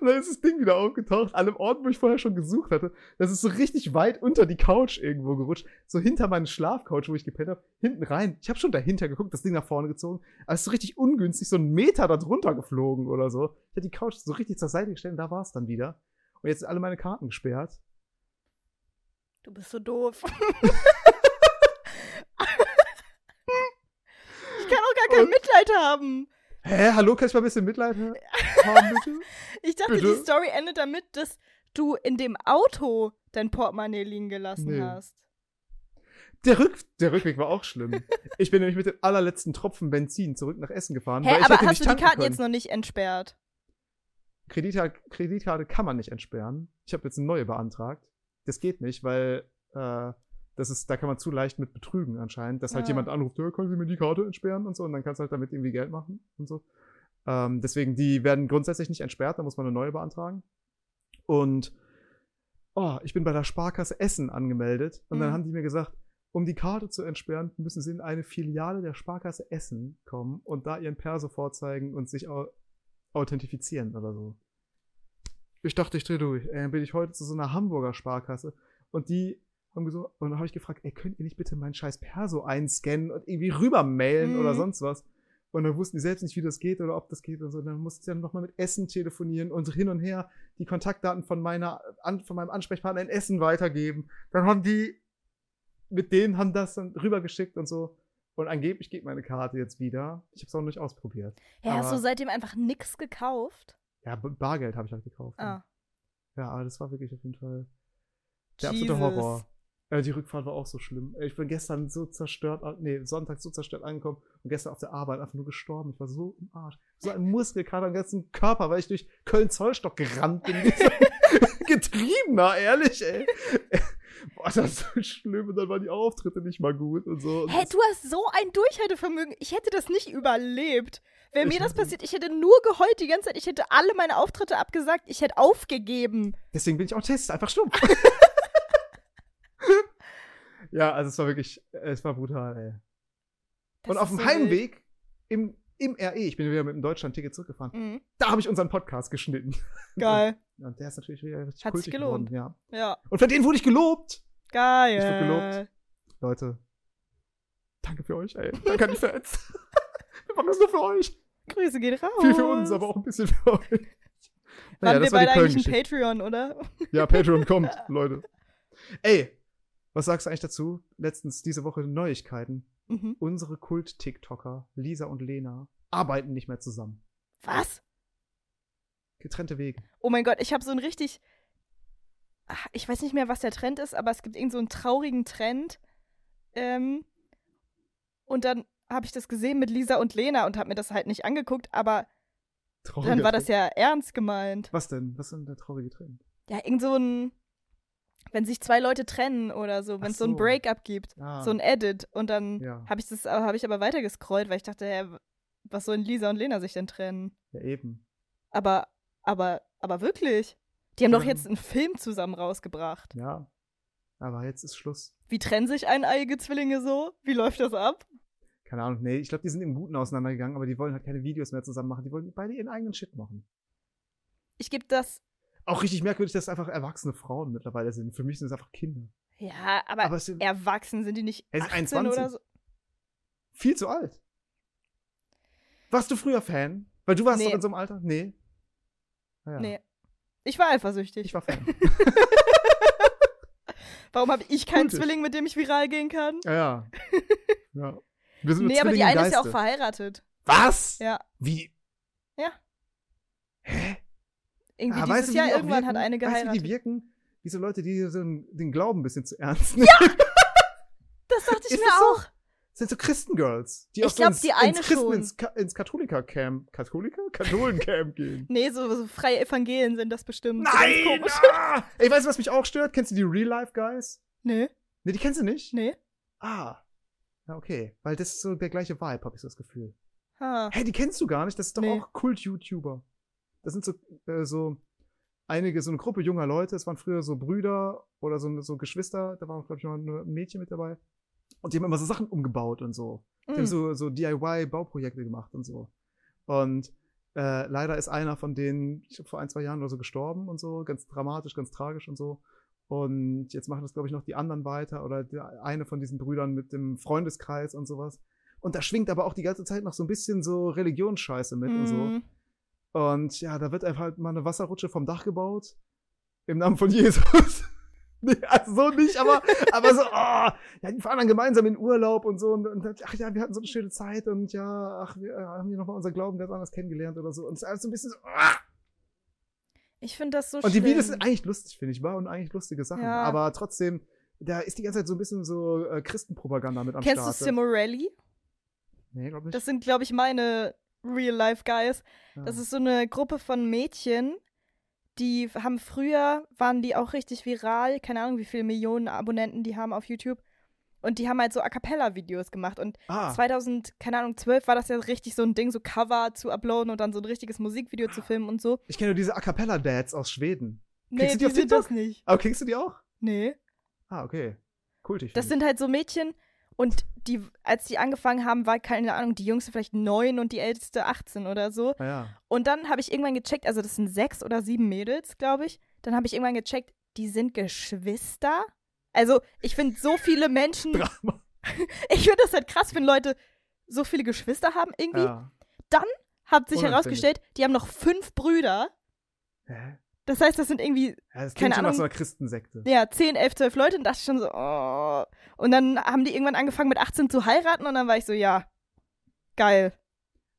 Und dann ist das Ding wieder aufgetaucht, an einem Ort, wo ich vorher schon gesucht hatte. Das ist so richtig weit unter die Couch irgendwo gerutscht. So hinter meine Schlafcouch, wo ich gepennt habe, hinten rein. Ich habe schon dahinter geguckt, das Ding nach vorne gezogen. Aber es ist so richtig ungünstig, so einen Meter da drunter geflogen oder so. Ich hatte die Couch so richtig zur Seite gestellt und da war es dann wieder. Und jetzt sind alle meine Karten gesperrt.
Du bist so doof. ich kann auch gar kein
Und-
Mitleid haben.
Hä, hallo, kann ich mal ein bisschen Mitleid ha- haben, bitte?
Ich dachte,
Bitte?
die Story endet damit, dass du in dem Auto dein Portemonnaie liegen gelassen
Nee.
hast.
Der, Rück, der Rückweg war auch schlimm. Ich bin nämlich mit dem allerletzten Tropfen Benzin zurück nach Essen gefahren, weil
Hä,
ich
aber
hätte
hast
nicht
du die
tanken
Karten
können.
jetzt noch nicht entsperrt?
Kreditkarte, Kreditkarte kann man nicht entsperren. Ich habe jetzt eine neue beantragt. Das geht nicht, weil äh, das ist, da kann man zu leicht mit betrügen anscheinend, dass halt
Ah.
jemand anruft, ja, können Sie mir die Karte entsperren und so, und dann kannst du halt damit irgendwie Geld machen und so. Ähm, deswegen, die werden grundsätzlich nicht entsperrt, da muss man eine neue beantragen. Und oh, ich bin bei der Sparkasse Essen angemeldet und dann
Mhm.
haben die mir gesagt, um die Karte zu entsperren, müssen sie in eine Filiale der Sparkasse Essen kommen und da ihren Perso vorzeigen und sich au authentifizieren oder so. Ich dachte, ich drehe durch. Äh, Dann bin ich heute zu so einer Hamburger Sparkasse und die haben gesagt, und dann habe ich gefragt, ey, könnt ihr nicht bitte meinen scheiß Perso einscannen und irgendwie rübermailen
Mhm.
oder sonst was? Und dann wussten die selbst nicht, wie das geht oder ob das geht und so. Und dann musste ich dann nochmal mit Essen telefonieren und hin und her die Kontaktdaten von meiner, an, von meinem Ansprechpartner in Essen weitergeben. Dann haben die, mit denen haben das dann rübergeschickt und so. Und angeblich geht meine Karte jetzt wieder. Ich habe es auch noch nicht ausprobiert.
Hä, hast du
Aber-
seitdem einfach nix gekauft?
Ja, B- Bargeld habe ich halt gekauft.
Ah,
Ja, aber das war wirklich auf jeden Fall der
Jesus.
absolute Horror. Äh, die Rückfahrt war auch so schlimm. Äh, Ich bin gestern so zerstört, an- nee, Sonntag so zerstört angekommen und gestern auf der Arbeit einfach nur gestorben. Ich war so im Arsch. So ein Muskelkater am ganzen Körper, weil ich durch Köln-Zollstock gerannt bin. Wie so ein Getriebener, ehrlich, ey. Boah, das ist so schlimm. Und dann waren die Auftritte nicht mal gut und so. Und
Hä,
das-
du hast so ein Durchhaltevermögen. Ich hätte das nicht überlebt. Wäre
Ich
mir das
hätte-
passiert, ich hätte nur geheult die ganze Zeit. Ich hätte alle meine Auftritte abgesagt. Ich hätte aufgegeben.
Deswegen bin ich auch Test, einfach stumpf. ja, also es war wirklich, es war brutal, ey.
Das
und auf
ist
dem
so wild.
Heimweg im, im RE, ich bin wieder mit dem Deutschland-Ticket zurückgefahren,
Mhm.
da habe ich unseren Podcast geschnitten.
Geil.
Und der ist natürlich wieder richtig
Hat
kultig
sich gelohnt.
geworden, ja.
Ja,
Und für den wurde ich gelobt.
geil.
Ich wurde gelobt. Leute, danke für euch, ey. Danke an die Fans. Wir machen das nur für euch.
Grüße geht raus.
Viel für uns, aber auch ein bisschen für euch.
Waren wir beide eigentlich ein
Köln-Geschichte.
Patreon, oder?
Ja, Patreon kommt, Leute. Ey, was sagst du eigentlich dazu? Letztens diese Woche Neuigkeiten.
Mhm.
Unsere Kult-TikToker, Lisa und Lena, arbeiten nicht mehr zusammen.
Was?
Getrennte Wege.
Oh mein Gott, ich habe so ein richtig. Ach, Ich weiß nicht mehr, was der Trend ist, aber es gibt irgend so einen traurigen Trend. Ähm, und dann habe ich das gesehen mit Lisa und Lena und habe mir das halt nicht angeguckt, aber
Trauriger
dann war das
Trend.
ja ernst gemeint.
Was denn? Was ist denn der traurige Trend?
Ja, irgend so ein. Wenn sich zwei Leute trennen oder so, wenn es so. ein
so.
Breakup gibt,
Ah,
so ein Edit. Und dann
Ja.
habe ich das äh, hab ich aber weitergescrollt, weil ich dachte, hä, was sollen Lisa und Lena sich denn trennen?
ja, eben.
Aber, aber, aber wirklich? Die haben doch
Ja.
jetzt einen Film zusammen rausgebracht.
Ja. Aber jetzt ist Schluss.
Wie trennen sich eineiige Zwillinge so? Wie läuft das ab?
Keine Ahnung. Nee, ich glaube, die sind im Guten auseinandergegangen, aber die wollen halt keine Videos mehr zusammen machen. Die wollen beide ihren eigenen Shit machen.
Ich gebe das.
Auch richtig merkwürdig, dass einfach erwachsene Frauen mittlerweile sind. Für mich sind es einfach Kinder.
Ja, aber,
Aber es sind
erwachsen sind die nicht
Es ist
18 oder
21.
so.
viel zu alt. Warst du früher Fan? Weil du warst
Nee.
doch in so einem Alter? Nee. Ah ja.
Nee. Ich war eifersüchtig.
Ich war Fan.
Warum habe ich keinen
Mutig.
Zwilling, mit dem ich viral gehen kann?
Ja, ja. ja. Wir sind mit
Nee, aber die
Zwillingen
eine ist ja auch
Also Geiste.
verheiratet.
Was?
Ja.
Wie?
Irgendwie
Ah, weißt
dieses
du, wie
Jahr
die auch
irgendwann hat
wirken? Weißt du,
eine
wie die
geheiratet.
wirken? Wie so Leute, die so den Glauben ein bisschen zu ernst nehmen. Ja!
das dachte ich
Ist
mir
das so?
auch.
Sind so Christengirls, die
Ich
auch so
glaub,
ins,
die eine
ins Christen,
schon.
ins, Ka ins Katholiker-Camp, Katholiker? Katholen-Camp gehen.
Nee, so, so freie Evangelien sind das bestimmt. So ganz
Nein!
komisch.
Ah! Ey, weißt du, was mich auch stört? Kennst du die Real-Life-Guys?
Nee,
Nee, die kennst du nicht?
nee.
Ah. Ja, okay. Weil das ist so der gleiche Vibe, habe ich so das Gefühl.
Ha.
Hä, die kennst du gar nicht? Das ist doch
Nee.
auch Kult-YouTuber. Das sind so, äh, so einige, so eine Gruppe junger Leute. Es waren früher so Brüder oder so, so Geschwister. Da waren, glaube ich, noch ein Mädchen mit dabei. Und die haben immer so Sachen umgebaut und so. Die haben
Mm.
so, so DIY-Bauprojekte gemacht und so. Und äh, leider ist einer von denen, ich glaube, vor ein, zwei Jahren oder so gestorben und so. Ganz dramatisch, ganz tragisch und so. Und jetzt machen das, glaube ich, noch die anderen weiter oder der eine von diesen Brüdern mit dem Freundeskreis und sowas. Und da schwingt aber auch die ganze Zeit noch so ein bisschen so Religionsscheiße mit und so.
Mm.
Und ja, da wird einfach halt mal eine Wasserrutsche vom Dach gebaut. Im Namen von Jesus. nee, also so nicht, aber, aber so, oh, ja, die fahren dann gemeinsam in Urlaub und so. Und, und dann, ach ja, wir hatten so eine schöne Zeit und ja, ach, wir äh, haben hier nochmal unseren Glauben ganz anders kennengelernt oder so. Und es ist alles so ein bisschen so, ah.
Ich finde das so
Und die
schlimm.
Videos sind eigentlich lustig, finde ich, war und eigentlich lustige Sachen.
Ja.
Aber trotzdem, da ist die ganze Zeit so ein bisschen so äh, Christenpropaganda mit am
Kennst du
Start.
Simorelli?
nee, glaub nicht.
Das sind, glaube ich, meine Real-Life-Guys.
ja.
Das ist so eine Gruppe von Mädchen, die haben früher, waren die auch richtig viral, keine Ahnung, wie viele Millionen Abonnenten die haben auf YouTube. Und die haben halt so A Cappella-Videos gemacht. Und
ah,
2000, keine Ahnung, 12 war das ja richtig so ein Ding, so Cover zu uploaden und dann so ein richtiges Musikvideo
Ah.
zu filmen und so.
ich kenne nur diese A cappella Dads aus Schweden.
Nee,
du die
die
auf
sind
TikTok?
das nicht.
Aber kriegst du die auch?
Nee.
Ah, okay. Cool, ich
Das sind halt so Mädchen und die, als die angefangen haben, war, keine Ahnung, die Jüngste vielleicht neun und die Älteste 18 oder so.
Ah, ja.
Und dann habe ich irgendwann gecheckt, also das sind sechs oder sieben Mädels, glaube ich. Dann habe ich irgendwann gecheckt, die sind Geschwister. Also ich finde so viele Menschen,
Drama.
ich finde das halt krass, wenn Leute so viele Geschwister haben irgendwie.
Ja.
Hat sich
Unanständig.
herausgestellt, die haben noch fünf Brüder.
Hä?
Das heißt, das sind irgendwie
Ja, das
Keine
klingt schon nach
Ahnung.
so einer Christensekte.
ja, 10, 11, 12 Leute und dachte ich schon so, oh. Und dann haben die irgendwann angefangen mit 18 zu heiraten und dann war ich so, ja, geil.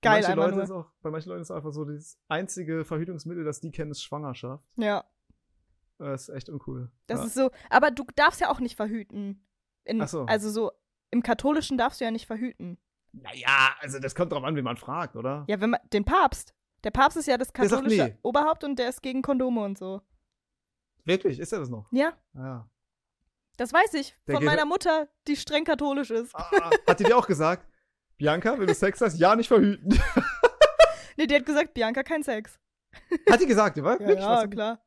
Geil
manche
einfach
Leute ist
nur.
auch, bei manchen Leuten ist einfach so das einzige Verhütungsmittel, das die kennen, ist Schwangerschaft.
Ja,
Äh, ist echt uncool.
das
ja.
ist so. Aber du darfst ja auch nicht verhüten. In,
Ach so.
Also so, im Katholischen darfst du ja nicht verhüten.
naja, also das kommt drauf an, wen man fragt, oder?
Ja, wenn man, den Papst. Der Papst ist ja das
Der sagt
katholische
nee.
Oberhaupt und der ist gegen Kondome und so.
Wirklich, ist er das noch?
Ja,
Ja.
das weiß ich
Der
von
geht-
meiner Mutter, die streng katholisch ist.
Ah, ah. hat die dir auch gesagt, Bianca, wenn du Sex hast, ja, nicht verhüten.
Nee, die hat gesagt, Bianca, kein Sex.
hat die gesagt,
Ja,
wirklich?
ja
Was-
Genau, klar.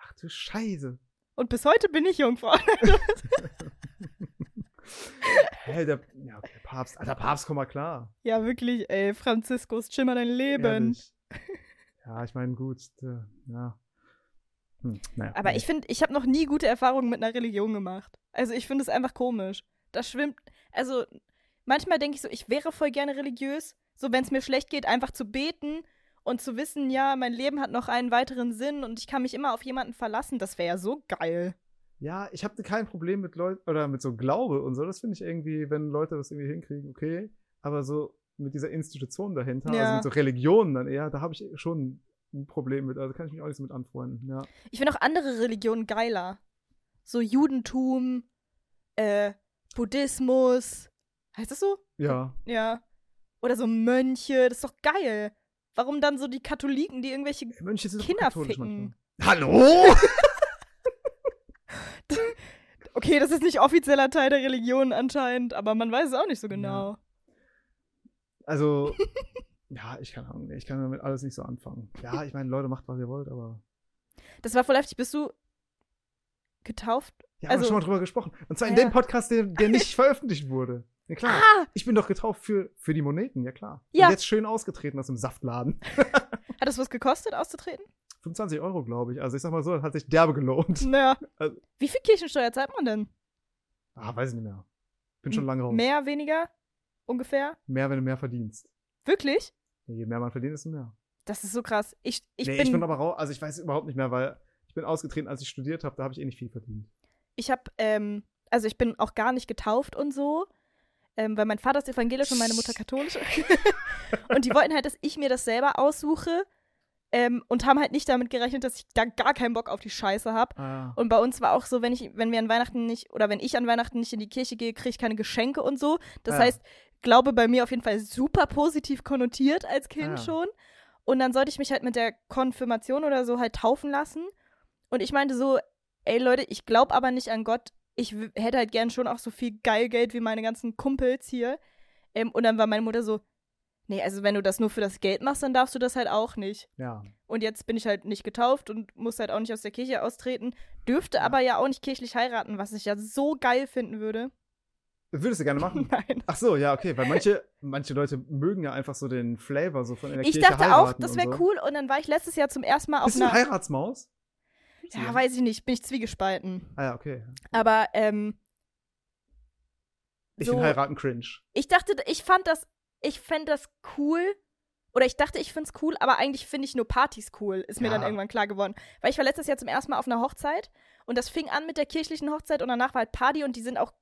Ach du Scheiße.
Und bis heute bin ich Jungfrau.
Hä, der, ja, okay, der Papst. Alter, Papst, komm mal klar.
ja, wirklich, ey, Franziskus, chill mal dein Leben.
Ehrlich. Ja, ich meine, gut, äh, ja. Hm, naja,
Aber ich finde, ich habe noch nie gute Erfahrungen mit einer Religion gemacht. Also ich finde es einfach komisch. Das schwimmt. Also manchmal denke ich so, ich wäre voll gerne religiös, so wenn es mir schlecht geht, einfach zu beten und zu wissen, ja, mein Leben hat noch einen weiteren Sinn und ich kann mich immer auf jemanden verlassen. Das wäre ja so geil.
Ja, ich habe kein Problem mit Leuten oder mit so Glaube und so. Das finde ich irgendwie, wenn Leute das irgendwie hinkriegen, okay. Aber so mit dieser Institution dahinter, also
Ja.
mit so Religionen dann eher, da habe ich schon ein Problem mit. Also kann ich mich auch nicht so mit anfreunden. Ja.
Ich finde auch andere Religionen geiler. So Judentum, äh, Buddhismus. Heißt das so?
Ja.
Ja. Oder so Mönche. Das ist doch geil. Warum dann so die Katholiken, die irgendwelche
Mönche sind doch
Kinder
katholisch
ficken.
manchmal. Hallo?
Okay, das ist nicht offizieller Teil der Religion anscheinend, aber man weiß es auch nicht so genau.
Also, ja, ich kann Ahnung, nee, ich kann damit alles nicht so anfangen. Ja, ich meine, Leute, macht, was ihr wollt, aber.
Das war voll heftig. Bist du getauft?
Ja, haben wir
Also-
schon mal drüber gesprochen. Und zwar in
Ja. Ah.
dem Podcast, der, der nicht veröffentlicht wurde. Ja, klar. Ich bin doch getauft für, für die Moneten, ja klar.
Ja.
Und jetzt schön ausgetreten aus dem Saftladen.
Hat das was gekostet, auszutreten?
25 Euro, glaube ich. Also ich sag mal so, das hat sich derbe gelohnt.
Naja.
Also-
Wie viel Kirchensteuer zahlt man denn?
Ah, weiß ich nicht mehr. Bin schon lange raus. Mehr,
Hm. Mehr, weniger? Ungefähr?
wenn du mehr verdienst.
Wirklich?
Je mehr man verdient, desto mehr.
Das ist so krass. Ich, ich,
nee,
bin,
ich bin aber raus, also ich weiß überhaupt nicht mehr, weil ich bin ausgetreten, als ich studiert habe, da habe ich eh nicht viel verdient.
ich habe, ähm, also ich bin auch gar nicht getauft und so, ähm, weil mein Vater ist evangelisch und meine Mutter katholisch. und die wollten halt, dass ich mir das selber aussuche ähm, und haben halt nicht damit gerechnet, dass ich da gar keinen Bock auf die Scheiße habe.
Ah.
Und bei uns war auch so, wenn ich, wenn wir an Weihnachten nicht oder wenn ich an Weihnachten nicht in die Kirche gehe, kriege ich keine Geschenke und so. Das
Ah.
heißt, Glaube bei mir auf jeden Fall super positiv konnotiert als Kind
Ah.
schon. Und dann sollte ich mich halt mit der Konfirmation oder so halt taufen lassen. Und ich meinte so, ey Leute, ich glaube aber nicht an Gott. Ich w- hätte halt gern schon auch so viel geil Geld wie meine ganzen Kumpels hier. Ähm, und dann war meine Mutter so, nee, also wenn du das nur für das Geld machst, dann darfst du das halt auch nicht.
Ja.
Und jetzt bin ich halt nicht getauft und muss halt auch nicht aus der Kirche austreten. Dürfte
Ja.
aber ja auch nicht kirchlich heiraten, was ich ja so geil finden würde.
Würdest du gerne machen?
Nein.
Ach so, ja, okay, weil manche, manche Leute mögen ja einfach so den Flavor so von in der
Ich
Kirche
dachte auch,
heiraten
das
und
wäre
so.
cool. Und dann war ich letztes Jahr zum ersten Mal auf
Bist du
einer.
Heiratsmaus?
Ja, weiß ich nicht, bin ich zwiegespalten.
Ah ja, okay.
Aber ähm,
Ich
so,
finde heiraten cringe.
ich dachte, ich fand das, ich fänd das cool. Oder ich dachte, ich find's cool, aber eigentlich finde ich nur Partys cool, ist mir
Ja.
dann irgendwann klar geworden. Weil ich war letztes Jahr zum ersten Mal auf einer Hochzeit und das fing an mit der kirchlichen Hochzeit und danach war halt Party und die sind auch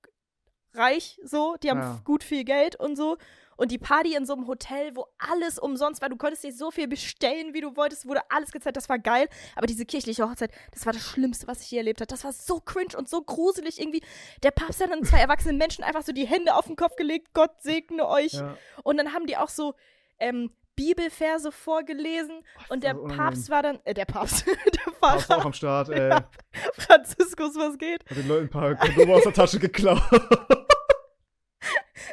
reich so, die haben
Ja.
f- gut viel Geld und so. Und die Party in so einem Hotel, wo alles umsonst war, du konntest dir so viel bestellen, wie du wolltest, wurde alles gezeigt, das war geil. Aber diese kirchliche Hochzeit, das war das Schlimmste, was ich je erlebt habe. Das war so cringe und so gruselig irgendwie. Der Papst hat dann zwei erwachsene Menschen einfach so die Hände auf den Kopf gelegt, Gott segne euch.
Ja.
Und dann haben die auch so ähm, Bibelverse vorgelesen.
Oh, das
und
war
der
so unangenehm.
Papst war dann, äh, der Papst, der
Warst du auch
Pfarrer,
am Start, ey.
Ja. Franziskus, was geht?
Hat den Leuten ein paar Kondome aus der Tasche geklaut.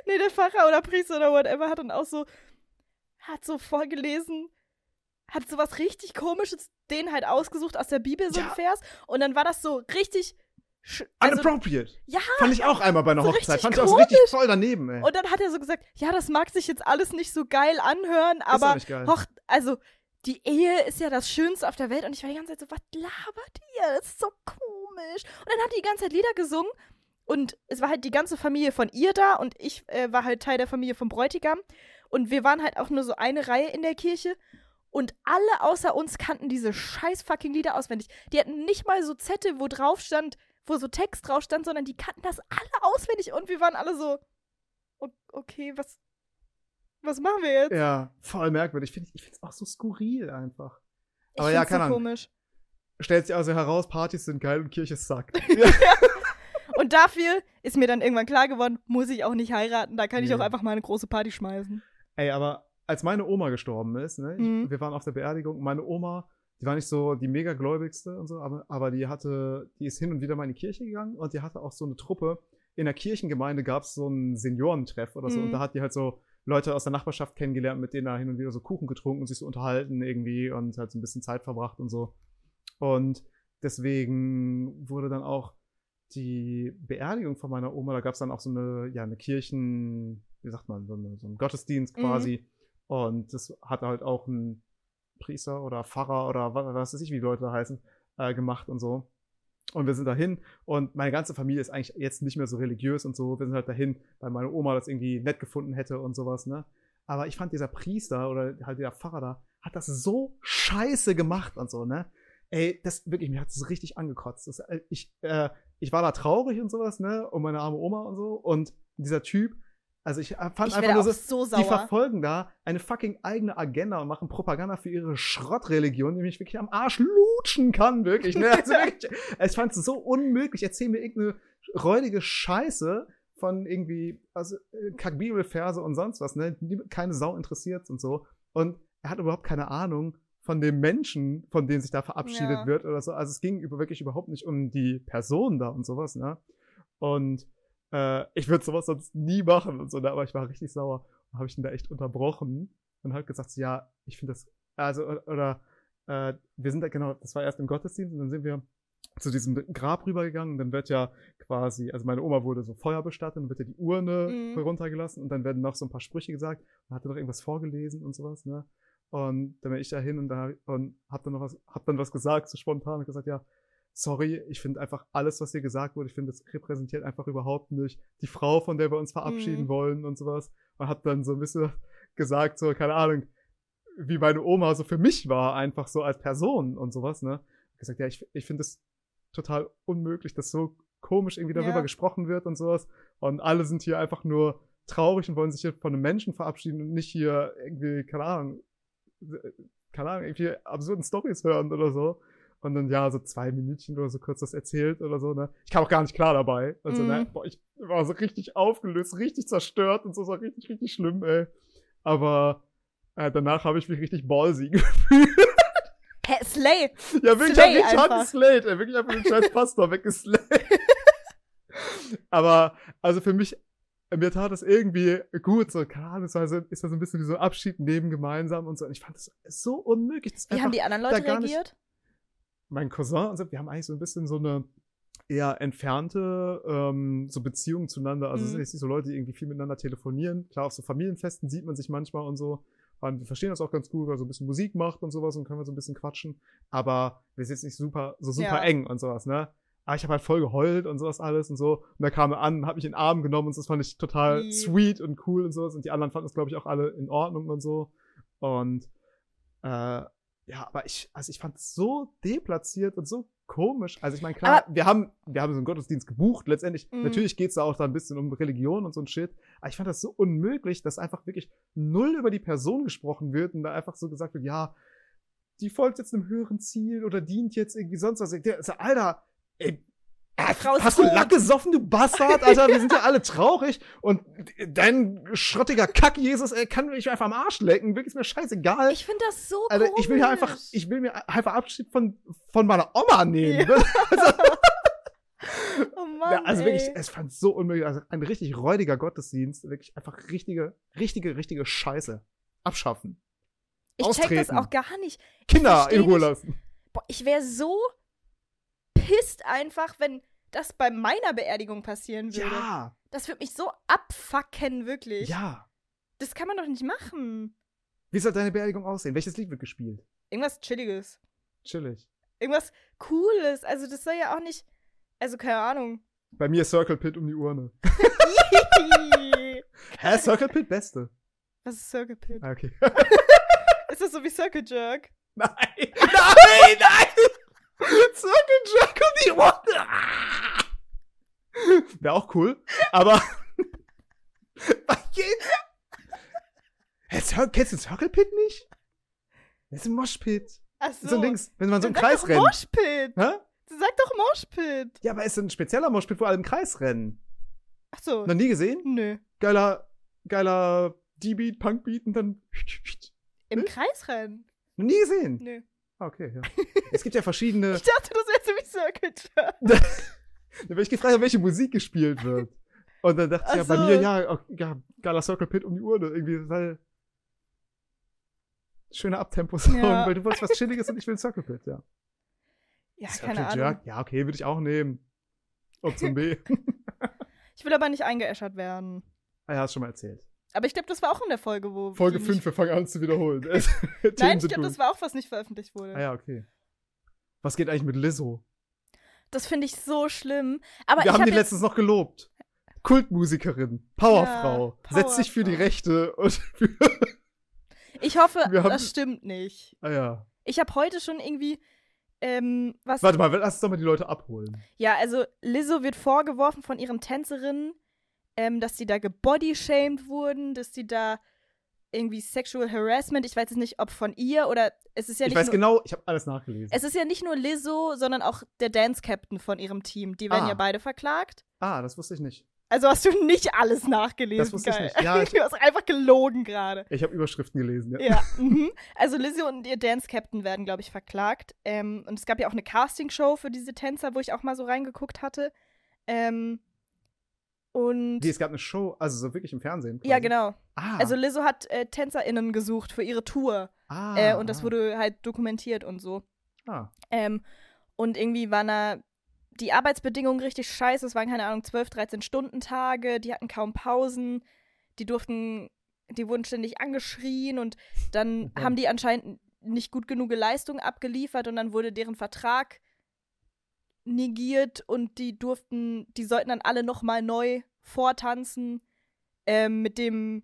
Nee, der Pfarrer oder Priester oder whatever hat dann auch so, hat so vorgelesen, hat so was richtig komisches, den halt ausgesucht aus der Bibel, so ein
Ja.
Vers. Und dann war das so richtig. sch- Also,
Unappropriate.
Ja.
Fand ich auch einmal bei einer
So
Hochzeit.
richtig
Fand ich auch so richtig voll daneben, ey.
und dann hat er so gesagt, ja, das mag sich jetzt alles nicht so geil anhören,
ist doch
aber
nicht geil.
Hoch, also die Ehe ist ja das Schönste auf der Welt und ich war die ganze Zeit so, was labert ihr? Das ist so komisch. Und dann hat die die ganze Zeit Lieder gesungen und es war halt die ganze Familie von ihr da und ich äh, war halt Teil der Familie vom Bräutigam und wir waren halt auch nur so eine Reihe in der Kirche und alle außer uns kannten diese scheiß fucking Lieder auswendig. Die hatten nicht mal so Zettel, wo drauf stand, wo so Text drauf stand, sondern die kannten das alle auswendig und wir waren alle so, "O- okay, was, was machen wir jetzt?
ja, voll merkwürdig. Find ich ich finde es auch so skurril einfach.
Ich
Aber ja,
find's
keine
so
Ahnung.
komisch.
Stellt sich also heraus, Partys sind geil und Kirche sackt.
Und dafür ist mir dann irgendwann klar geworden, muss ich auch nicht heiraten, da kann ich
Nee.
auch einfach mal eine große Party schmeißen.
Ey, aber als meine Oma gestorben ist, ne, ich,
Mhm.
wir waren auf der Beerdigung, meine Oma, die war nicht so die mega gläubigste und so, aber, aber die hatte, die ist hin und wieder mal in die Kirche gegangen und die hatte auch so eine Truppe. In der Kirchengemeinde gab es so einen Seniorentreff oder so
Mhm.
und da hat die halt so Leute aus der Nachbarschaft kennengelernt, mit denen da hin und wieder so Kuchen getrunken und sich so unterhalten irgendwie und halt so ein bisschen Zeit verbracht und so. Und deswegen wurde dann auch die Beerdigung von meiner Oma, da gab es dann auch so eine, ja, eine Kirchen, wie sagt man, so, eine, so einen Gottesdienst
Mhm.
quasi. Und das hat halt auch ein Priester oder Pfarrer oder was, was weiß ich, wie die Leute da heißen, äh, gemacht und so. Und wir sind dahin und meine ganze Familie ist eigentlich jetzt nicht mehr so religiös und so. Wir sind halt dahin, weil meine Oma das irgendwie nett gefunden hätte und sowas, ne? Aber ich fand dieser Priester oder halt dieser Pfarrer da, hat das so scheiße gemacht und so, ne? Ey, das wirklich, mir hat das richtig angekotzt. Das, äh, ich, äh, ich war da traurig und sowas, ne? Und meine arme Oma und so. Und dieser Typ, also ich äh, fand
Ich
einfach
werde
nur
auch
so,
so
die
sauer.
verfolgen da eine fucking eigene Agenda und machen Propaganda für ihre Schrottreligion, die mich wirklich am Arsch lutschen kann, wirklich. Ne? Also wirklich ich fand es so unmöglich. Erzähl mir irgendeine räudige Scheiße von irgendwie, also äh, Kackbibelverse und sonst was, ne? Die keine Sau interessiert und so. Und er hat überhaupt keine Ahnung von den Menschen, von denen sich da verabschiedet
Ja.
wird oder so. Also es ging über, wirklich überhaupt nicht um die Person da und sowas, ne? Und äh, ich würde sowas sonst nie machen und so, ne? aber ich war richtig sauer habe ich ihn da echt unterbrochen und halt gesagt, so, ja, ich finde das, also, o- oder, äh, wir sind da, genau, das war erst im Gottesdienst und dann sind wir zu diesem Grab rübergegangen und dann wird ja quasi, also meine Oma wurde so Feuer bestattet und wird ja die Urne
Mhm.
runtergelassen und dann werden noch so ein paar Sprüche gesagt und hat dann noch irgendwas vorgelesen und sowas, ne? Und dann bin ich da hin und, da, und hab dann noch was, hab dann was gesagt, so spontan und gesagt, ja, sorry, ich finde einfach alles, was hier gesagt wurde, ich finde, das repräsentiert einfach überhaupt nicht die Frau, von der wir uns verabschieden
Mhm.
wollen und sowas und hab dann so ein bisschen gesagt, so, keine Ahnung, wie meine Oma so für mich war, einfach so als Person und sowas, ne? Ich hab gesagt, ja, ich, ich finde es total unmöglich, dass so komisch irgendwie darüber
Ja.
gesprochen wird und sowas. Und alle sind hier einfach nur traurig und wollen sich hier von einem Menschen verabschieden und nicht hier irgendwie, keine Ahnung, äh, keine Ahnung, irgendwie absurden Stories hören oder so. Und dann, ja, so zwei Minütchen oder so kurz das erzählt oder so, ne? Ich kam auch gar nicht klar dabei. Also,
Mhm.
ne, boah, ich war so richtig aufgelöst, richtig zerstört und so, so richtig, richtig schlimm, ey. Aber äh, danach habe ich mich richtig ballsy
Hä, Slay!
ja, wirklich,
Slay
ich hab
einfach.
mich geslayed, ey. Wirklich einfach den scheiß Pastor weggeslayed. Aber, also für mich, mir tat das irgendwie gut, so, keine Ahnung, es war so, ist da so ein bisschen wie so ein Abschied nehmen gemeinsam und so. Und ich fand das so unmöglich. Das
Wie
einfach,
haben die anderen
da
Leute
gar nicht-
reagiert?
mein Cousin und so, wir haben eigentlich so ein bisschen so eine eher entfernte ähm, so Beziehung zueinander. Also es sind
Mhm.
jetzt nicht so Leute, die irgendwie viel miteinander telefonieren. Klar, auf so Familienfesten sieht man sich manchmal und so. Und wir verstehen das auch ganz gut, weil so ein bisschen Musik macht und sowas und können wir so ein bisschen quatschen. Aber wir sind jetzt nicht super, so super
Ja.
eng und sowas, ne? Aber ich habe halt voll geheult und sowas alles und so. Und da kam er an, hat mich in den Arm genommen und das fand ich total
Wie-
sweet und cool und sowas. Und die anderen fanden es, glaube ich, auch alle in Ordnung und so. Und äh, ja, aber ich, also ich fand es so deplatziert und so komisch. Also ich meine, klar, wir haben, wir haben so einen Gottesdienst gebucht. Letztendlich,
Mhm.
natürlich geht's da auch da ein bisschen um Religion und so ein Shit. Aber ich fand das so unmöglich, dass einfach wirklich null über die Person gesprochen wird und da einfach so gesagt wird, ja, die folgt jetzt einem höheren Ziel oder dient jetzt irgendwie sonst was. Ich dachte, Alter, ey, hast,
Frau ist
hast du
tot.
Lack gesoffen, du Bastard, Alter, wir sind ja alle traurig und dein schrottiger Kack-Jesus, ey, kann mich einfach am Arsch lecken, wirklich ist mir scheißegal.
Ich finde das so
Äh, Also
komisch.
ich will ja einfach, ich will mir einfach Abschied von, von meiner Oma nehmen. Also,
oh Mann,
ja, also wirklich,
ey.
es fand so unmöglich. Also ein richtig räudiger Gottesdienst, wirklich einfach richtige, richtige, richtige Scheiße. Abschaffen.
Ich check das
austreten.
auch gar nicht.
Kinder
versteh
in Ruhe
nicht.
lassen.
Boah, ich wäre so pisst einfach, wenn das bei meiner Beerdigung passieren würde.
Ja,
Das würde mich so abfucken, wirklich.
ja.
Das kann man doch nicht machen.
Wie soll deine Beerdigung aussehen? Welches Lied wird gespielt?
Irgendwas Chilliges.
Chillig.
Irgendwas Cooles. Also, das soll ja auch nicht. Also, keine Ahnung.
Bei mir Circle Pit um die Urne. Hä, Circle Pit beste.
Was ist Circle Pit?
Ah, Okay.
Ist das so wie Circle Jerk?
Nein, nein, nein! Circle Jerk um die Urne! Ah! Wäre auch cool, aber. Bei jedem- Hä, Cir- Kennst du Circle Pit nicht? Das ist ein Moshpit.
Ach
So.
so.
so ein Dings, wenn man so im
Dann
Kreis
sag doch
rennt.
Moshpit.
Hä?
Dann Sag doch Moshpit.
Ja, aber es ist ein spezieller Moshpit, wo alle im Kreis rennen.
Ach so.
Noch nie gesehen?
Nö.
Geiler, geiler D-Beat, Punk-Beat und dann.
Im
Nö.
Kreis rennen?
Noch nie gesehen.
Nö.
Ah, Okay, ja. Es gibt ja verschiedene.
Ich dachte, das wäre so wie Circle Jerk.
Da bin ich gefragt, welche Musik gespielt wird. Und dann dachte ich, ja,
Ach
bei
so.
mir, ja, auch- ja, geiler Circle Pit um die Uhr, ne, irgendwie, weil. Schöner Abtempo-Sound,
Ja.
weil du wolltest was Chilliges und ich will Circle Pit, ja.
Ja,
Circle
keine Ahnung.
Jerk, ja, okay, würde ich auch nehmen. Option B.
Ich will aber nicht eingeäschert werden.
ah, ja, hast schon mal erzählt.
Aber ich glaube, das war auch in der Folge, wo.
Folge
die
5, wir fangen an zu wiederholen.
Nicht, nein, ich glaube, das war auch, was nicht veröffentlicht wurde.
Ah, ja, okay. Was geht eigentlich mit Lizzo?
Das finde ich so schlimm. Aber
wir
ich
haben
hab
die
jetzt,
letztens noch gelobt. Kultmusikerin, Powerfrau,
Ja,
setzt sich für die
Powerfrau.
Rechte und für.
ich hoffe,
wir haben-
das stimmt nicht.
Ah, ja.
Ich habe heute schon irgendwie ähm, was.
Warte mal, lass uns doch mal die Leute abholen.
Ja, also Lizzo wird vorgeworfen von ihren Tänzerinnen, ähm, dass die da gebodyshamed wurden, dass die da irgendwie Sexual Harassment. Ich weiß jetzt nicht, ob von ihr oder es ist ja
ich
nicht
weiß
nur,
genau, ich habe alles nachgelesen.
es ist ja nicht nur Lizzo, sondern auch der Dance Captain von ihrem Team. Die werden
Ah.
ja beide verklagt.
ah, das wusste ich nicht.
Also hast du nicht alles nachgelesen,
Das wusste ich
geil.
nicht. Ja, ich-
du hast einfach gelogen gerade.
Ich habe Überschriften gelesen. Ja.
Ja, mhm. also Lizzie und ihr Dance Captain werden, glaube ich, verklagt. Ähm, und es gab ja auch eine Castingshow für diese Tänzer, wo ich auch mal so reingeguckt hatte. Ähm, und
Nee, es gab eine Show, also so wirklich im Fernsehen.
ja,
quasi.
genau.
Ah,
Also Lizzo hat äh, TänzerInnen gesucht für ihre Tour.
ah,
äh, und das
ah,
wurde halt dokumentiert und so.
Ah,
Ähm, und irgendwie waren da die Arbeitsbedingungen richtig scheiße. Es waren, keine Ahnung, 12, 13 Stunden Tage. Die hatten kaum Pausen. Die durften, die wurden ständig angeschrien und dann
Ja.
haben die anscheinend nicht gut genug Leistung abgeliefert und dann wurde deren Vertrag negiert und die durften, die sollten dann alle nochmal neu vortanzen ähm, mit dem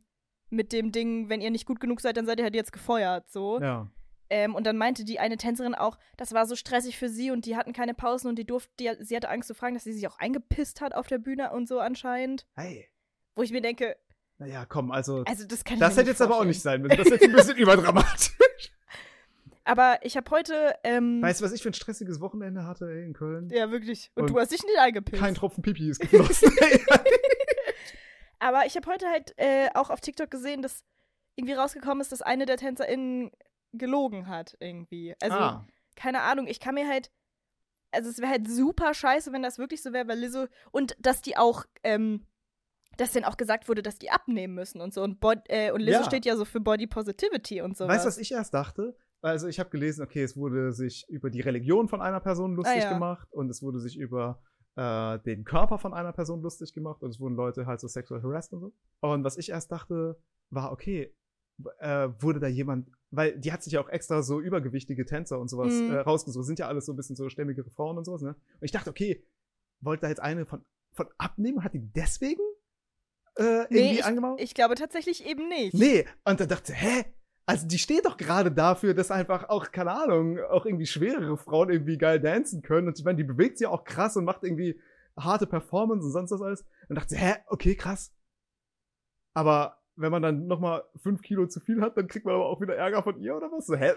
mit dem Ding, wenn ihr nicht gut genug seid, dann seid ihr halt jetzt gefeuert, so.
Ja.
Ähm, und dann meinte die eine Tänzerin auch, das war so stressig für sie und die hatten keine Pausen und die durfte, die, sie hatte Angst zu fragen, dass sie sich auch eingepisst hat auf der Bühne und so anscheinend.
Hey.
Wo ich mir denke,
Naja, komm, also.
also das kann ich
das
mir
hätte jetzt aber auch nicht
vorstellen.
sein müssen. Das ist jetzt ein bisschen überdramatisch.
Aber ich habe heute, ähm,
Weißt du, was ich für ein stressiges Wochenende hatte ey, in Köln?
ja wirklich, und,
Und
du hast dich nicht eingepisst.
Kein Tropfen Pipi ist geflossen.
Aber ich habe heute halt äh, auch auf TikTok gesehen, dass irgendwie rausgekommen ist, dass eine der TänzerInnen gelogen hat irgendwie. Also,
ah,
keine Ahnung, ich kann mir halt, also es wäre halt super scheiße, wenn das wirklich so wäre, weil Lizzo, und dass die auch, ähm, dass dann auch gesagt wurde, dass die abnehmen müssen und so. Und, Bod äh, und Lizzo
Ja.
steht ja so für Body Positivity und sowas.
weißt du, was ich erst dachte? Also, ich habe gelesen, okay, es wurde sich über die Religion von einer Person lustig
Ah, ja.
gemacht und es wurde sich über äh, den Körper von einer Person lustig gemacht und es wurden Leute halt so sexual harassed und so. Und was ich erst dachte, war, okay, w- äh, wurde da jemand, weil die hat sich ja auch extra so übergewichtige Tänzer und sowas
Mhm.
äh, rausgesucht. Sind ja alles so ein bisschen so stämmigere Frauen und sowas, ne? Und ich dachte, okay, wollte da jetzt eine von, von abnehmen? Hat die deswegen äh, irgendwie
Nee,
angemacht?
Ich glaube tatsächlich eben nicht.
Nee, und dann dachte ich, hä? Also die steht doch gerade dafür, dass einfach auch, keine Ahnung, auch irgendwie schwerere Frauen irgendwie geil dancen können. Und ich meine, die bewegt sich auch krass und macht irgendwie harte Performance und sonst was alles. Und dachte ich, hä, okay, krass. Aber wenn man dann nochmal fünf Kilo zu viel hat, dann kriegt man aber auch wieder Ärger von ihr oder was? So, hä?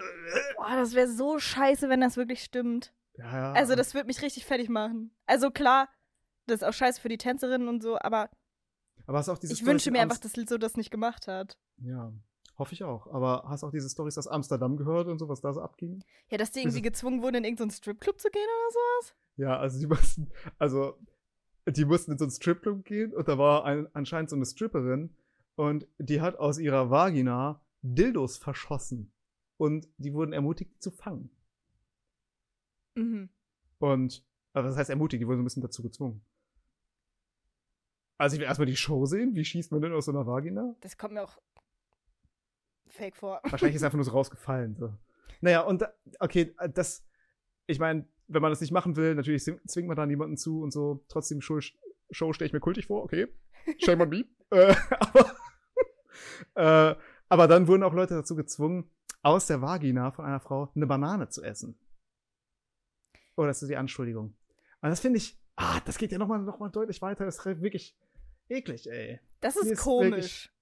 Boah, das wäre so scheiße, wenn das wirklich stimmt.
Ja, ja.
Also, das würde mich richtig fertig machen. Also, klar, das ist auch scheiße für die Tänzerinnen und so, aber
aber hast auch diese
ich
Storys
wünsche
in
mir einfach,
Amst-
dass Lizzo das nicht gemacht hat.
Ja, hoffe ich auch. Aber hast auch diese Stories aus Amsterdam gehört und so, was da so abging?
Ja, dass die
Ist es-
irgendwie gezwungen wurden, in irgendeinen Stripclub zu gehen oder so.
Ja, also die mussten, also die mussten in so einen Stripclub gehen und da war ein, anscheinend so eine Stripperin und die hat aus ihrer Vagina Dildos verschossen und die wurden ermutigt die zu fangen.
Mhm.
Und, also das heißt ermutigt, die wurden so ein bisschen dazu gezwungen. Also ich will erstmal die Show sehen, wie schießt man denn aus so einer Vagina?
Das kommt mir auch fake vor.
Wahrscheinlich ist einfach nur so rausgefallen. So. Naja, und da, okay, das, ich meine, wenn man das nicht machen will, natürlich zwing- zwingt man da niemanden zu und so. Trotzdem Show, Show stelle ich mir kultig vor, okay. Shame on me. äh, aber, äh, aber dann wurden auch Leute dazu gezwungen, aus der Vagina von einer Frau eine Banane zu essen. Oh, das ist die Anschuldigung. Und das finde ich, ah, das geht ja nochmal noch mal deutlich weiter. Das ist wirklich eklig, ey.
Das
Mir
ist
ist
komisch.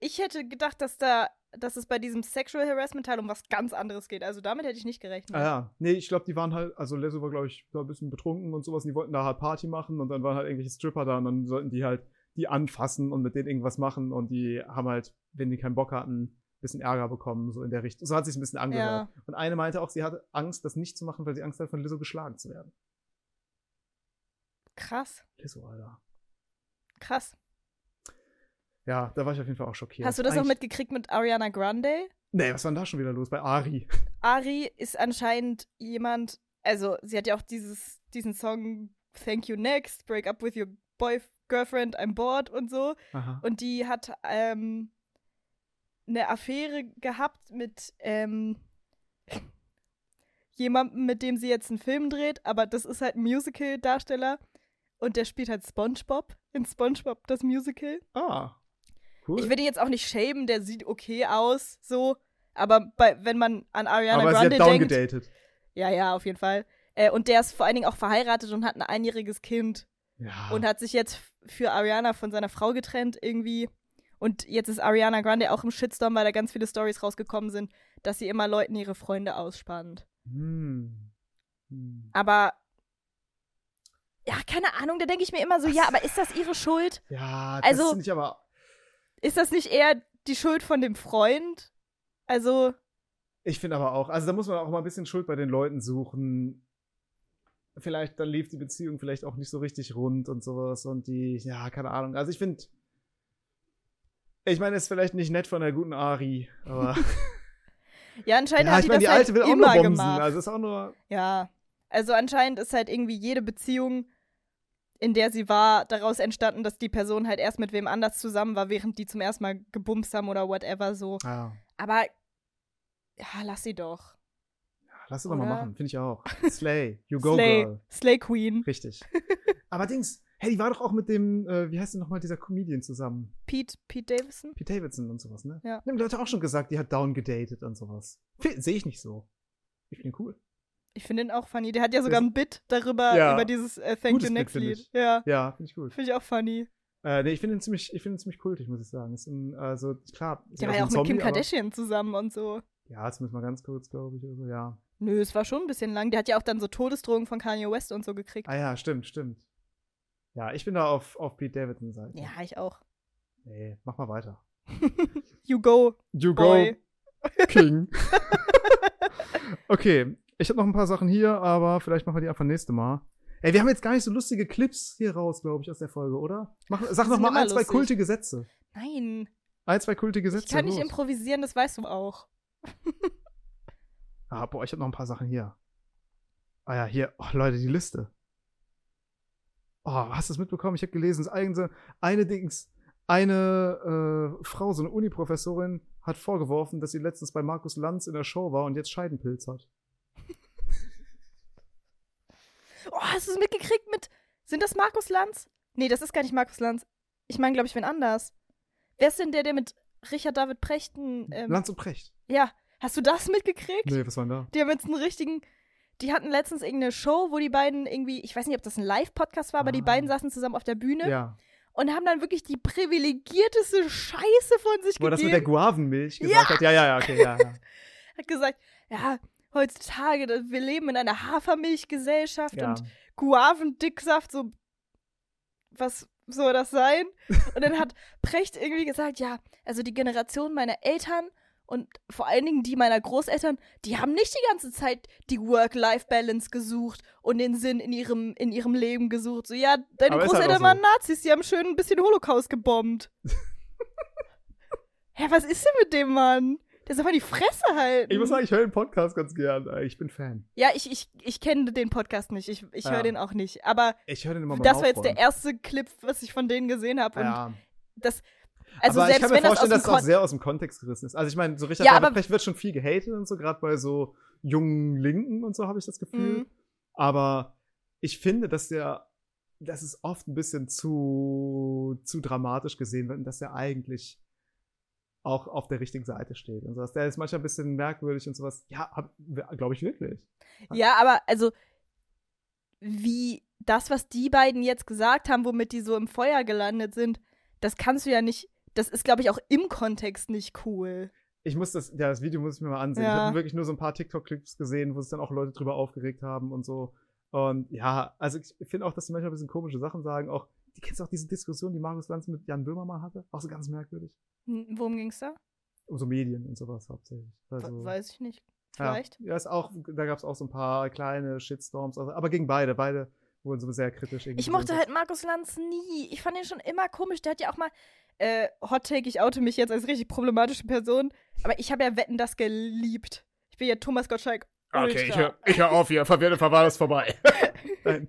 Ich hätte gedacht, dass da, dass es bei diesem Sexual Harassment Teil um was ganz anderes geht. Also damit hätte ich nicht gerechnet.
Ah ja, nee, ich glaube, die waren halt, also Leso war, glaube ich, da ein bisschen betrunken und sowas und die wollten da halt Party machen und dann waren halt irgendwelche Stripper da und dann sollten die halt die anfassen und mit denen irgendwas machen und die haben halt, wenn die keinen Bock hatten, ein bisschen Ärger bekommen, so in der Richtung. So hat sich's ein bisschen angehört. Und eine meinte auch, sie hatte Angst, das nicht zu machen, weil sie Angst hat, von Lizzo geschlagen zu werden.
Krass,
Lizzo, Alter.
krass.
Ja, da war ich auf jeden Fall auch schockiert.
Hast du das noch
Eigentlich-
mitgekriegt mit Ariana Grande?
Nee, was war denn da schon wieder los bei Ari?
Ari ist anscheinend jemand, also sie hat ja auch dieses, diesen Song Thank You Next, Break Up With Your Boy Girlfriend, I'm Bored und so.
Aha.
Und die hat ähm, eine Affäre gehabt mit ähm, jemandem, mit dem sie jetzt einen Film dreht, aber das ist halt ein Musical-Darsteller und der spielt halt Spongebob in Spongebob, das Musical.
Ah. Cool.
Ich will ihn jetzt auch nicht schämen, der sieht okay aus, so, aber bei, wenn man an Ariana
Aber
Grande
sie hat
denkt.
downgedatet.
Ja, ja, auf jeden Fall. Äh, und der ist vor allen Dingen auch verheiratet und hat ein einjähriges Kind
Ja.
und hat sich jetzt f- für Ariana von seiner Frau getrennt irgendwie. Und jetzt ist Ariana Grande auch im Shitstorm, weil da ganz viele Stories rausgekommen sind, dass sie immer Leuten ihre Freunde ausspannt.
hm. Hm.
Aber ja, keine Ahnung, da denke ich mir immer so, ja, aber ist das ihre Schuld?
Ja, das
Also-
finde ich aber
Ist das nicht eher die Schuld von dem Freund? Also,
Ich finde aber auch, also da muss man auch mal ein bisschen Schuld bei den Leuten suchen. Vielleicht, dann lief die Beziehung vielleicht auch nicht so richtig rund und sowas und die, ja, keine Ahnung. Also ich finde, ich meine, es ist vielleicht nicht nett von der guten Ari, aber
ja, anscheinend
ja,
hat
ich
die
meine,
das
die
halt
Alte will auch
immer
nur bomben.
gemacht.
Also ist auch nur,
Ja. Also anscheinend ist halt irgendwie jede Beziehung, in der sie war, daraus entstanden, dass die Person halt erst mit wem anders zusammen war, während die zum ersten Mal gebumst haben oder whatever so.
ja,
Aber ja, lass sie doch.
lass es doch mal
Oder?
machen, finde ich auch. Slay, you go
Slay,
girl.
Slay Queen.
Richtig. Aber Dings, Hey, die war doch auch mit dem, äh, wie heißt denn nochmal dieser Comedian zusammen?
Pete, Pete Davidson?
Pete Davidson und sowas, ne?
Ja.
Die haben Leute auch schon gesagt, die hat down gedatet und sowas. Sehe ich nicht so. Ich finde ihn cool.
Ich finde ihn auch funny. Der hat ja sogar ein Bit darüber,
Ja.
über dieses äh, Thank
Gutes
You
Bit,
Next
finde
Lied.
ich.
Ja,
Ja, finde ich cool.
finde ich auch funny.
Äh, nee, ich finde ihn ziemlich, ich finde ihn ziemlich kultig, muss ich sagen. Ist ein, also klar, ist
Der
auch
war
ein
ja auch mit
Zombie,
Kim
aber-
Kardashian zusammen und so.
Ja, zumindest mal ganz kurz, glaube ich. Also, ja.
Nö, es war schon ein bisschen lang. Der hat ja auch dann so Todesdrohungen von Kanye West und so gekriegt.
Ah ja, stimmt, stimmt. Ja, ich bin da auf, auf Pete Davidson Seite.
Ja, ich auch.
Nee, mach mal weiter.
You go,
You
boy.
go King. okay, ich habe noch ein paar Sachen hier, aber vielleicht machen wir die einfach nächste Mal. Ey, wir haben jetzt gar nicht so lustige Clips hier raus, glaube ich, aus der Folge, oder? Mach, sag
Die
noch
sind
mal
immer
ein, zwei
lustig.
kultige Sätze.
Nein,
Ein, zwei kultige Sätze.
ich kann nicht
los.
improvisieren, das weißt du auch.
Ah, boah, ich habe noch ein paar Sachen hier. Ah ja, hier, oh, Leute, die Liste. Oh, hast du es mitbekommen? Ich habe gelesen, es ist eine, eine Dings, eine äh, Frau, so eine Uni-Professorin, hat vorgeworfen, dass sie letztens bei Markus Lanz in der Show war und jetzt Scheidenpilz hat.
Oh, hast du es mitgekriegt mit. Sind das Markus Lanz? Nee, das ist gar nicht Markus Lanz. Ich meine, glaube ich, wen anders. Wer ist denn der, der mit Richard David Prechten. Ähm,
Lanz und Precht.
Ja, hast du das mitgekriegt?
Nee, was war denn da?
Die haben jetzt einen richtigen. Die hatten letztens irgendeine Show, wo die beiden irgendwie, ich weiß nicht, ob das ein Live-Podcast war, aber die
Ah.
beiden saßen zusammen auf der Bühne
Ja,
und haben dann wirklich die privilegierteste Scheiße von sich
wo er das mit der
gegeben.
Guavenmilch gesagt hat. Ja, ja, ja, okay, ja, ja.
Hat gesagt, ja, heutzutage, da- wir leben in einer Hafermilchgesellschaft
ja.
und Guavendicksaft, so was soll das sein? Und dann hat Precht irgendwie gesagt, ja, also die Generation meiner Eltern und vor allen Dingen die meiner Großeltern, die haben nicht die ganze Zeit die Work-Life-Balance gesucht und den Sinn in ihrem, in ihrem Leben gesucht. So, ja, deine
Aber ist halt
Großeltern
auch so.
waren Nazis, die haben schön ein bisschen Holocaust gebombt. Hä, was ist denn mit dem Mann? Der soll mal die Fresse halten.
Ich muss sagen, ich höre den Podcast ganz gern. Äh, Ich bin Fan.
ja, ich, ich, ich kenne den Podcast nicht. Ich, ich
Ja.
höre den auch nicht. Aber
Ich höre den immer beim
das war jetzt
Aufräumen.
der erste Clip, was ich von denen gesehen habe. Und
Ja.
das, also
aber ich
selbst
kann mir
wenn das aus
vorstellen,
dem
dass das auch
Kon
sehr aus dem Kontext gerissen ist. Also ich meine, so Richard
Ja,
David
aber-
Precht wird schon viel gehatet und so, gerade bei so jungen Linken und so habe ich das Gefühl.
Mhm.
Aber ich finde, dass der, dass es oft ein bisschen zu, zu dramatisch gesehen wird und dass er eigentlich auch auf der richtigen Seite steht und sowas. Der ist manchmal ein bisschen merkwürdig und sowas. Ja, glaube ich wirklich.
ja, aber also wie das, was die beiden jetzt gesagt haben, womit die so im Feuer gelandet sind, das kannst du ja nicht. Das ist, glaube ich, auch im Kontext nicht cool.
Ich muss das, ja, das Video muss ich mir mal ansehen. Ich
Ja.
habe wirklich nur so ein paar TikTok-Clips gesehen, wo sich dann auch Leute drüber aufgeregt haben und so. Und ja, also ich finde auch, dass die manchmal ein bisschen komische Sachen sagen. Auch, die kennst du auch diese Diskussion, die Markus Lanz mit Jan Böhmer mal hatte? Auch so ganz merkwürdig.
N- Hm, Worum ging's da?
Um so Medien und sowas hauptsächlich.
We-
Also,
Weiß ich nicht. Vielleicht.
Ja, ja ist auch, da gab es auch so ein paar kleine Shitstorms, also, aber gegen beide. Beide wurden so sehr kritisch. irgendwie
Ich mochte
gesehen.
halt Markus Lanz nie. Ich fand ihn schon immer komisch. Der hat ja auch mal. Äh, Hot Take, ich oute mich jetzt als richtig problematische Person. Aber ich habe ja Wetten das geliebt. Ich bin ja Thomas Gottschalk. Ultra.
Ah, ich hör auf hier. Verwirrte Verwahr ist vorbei. Nein.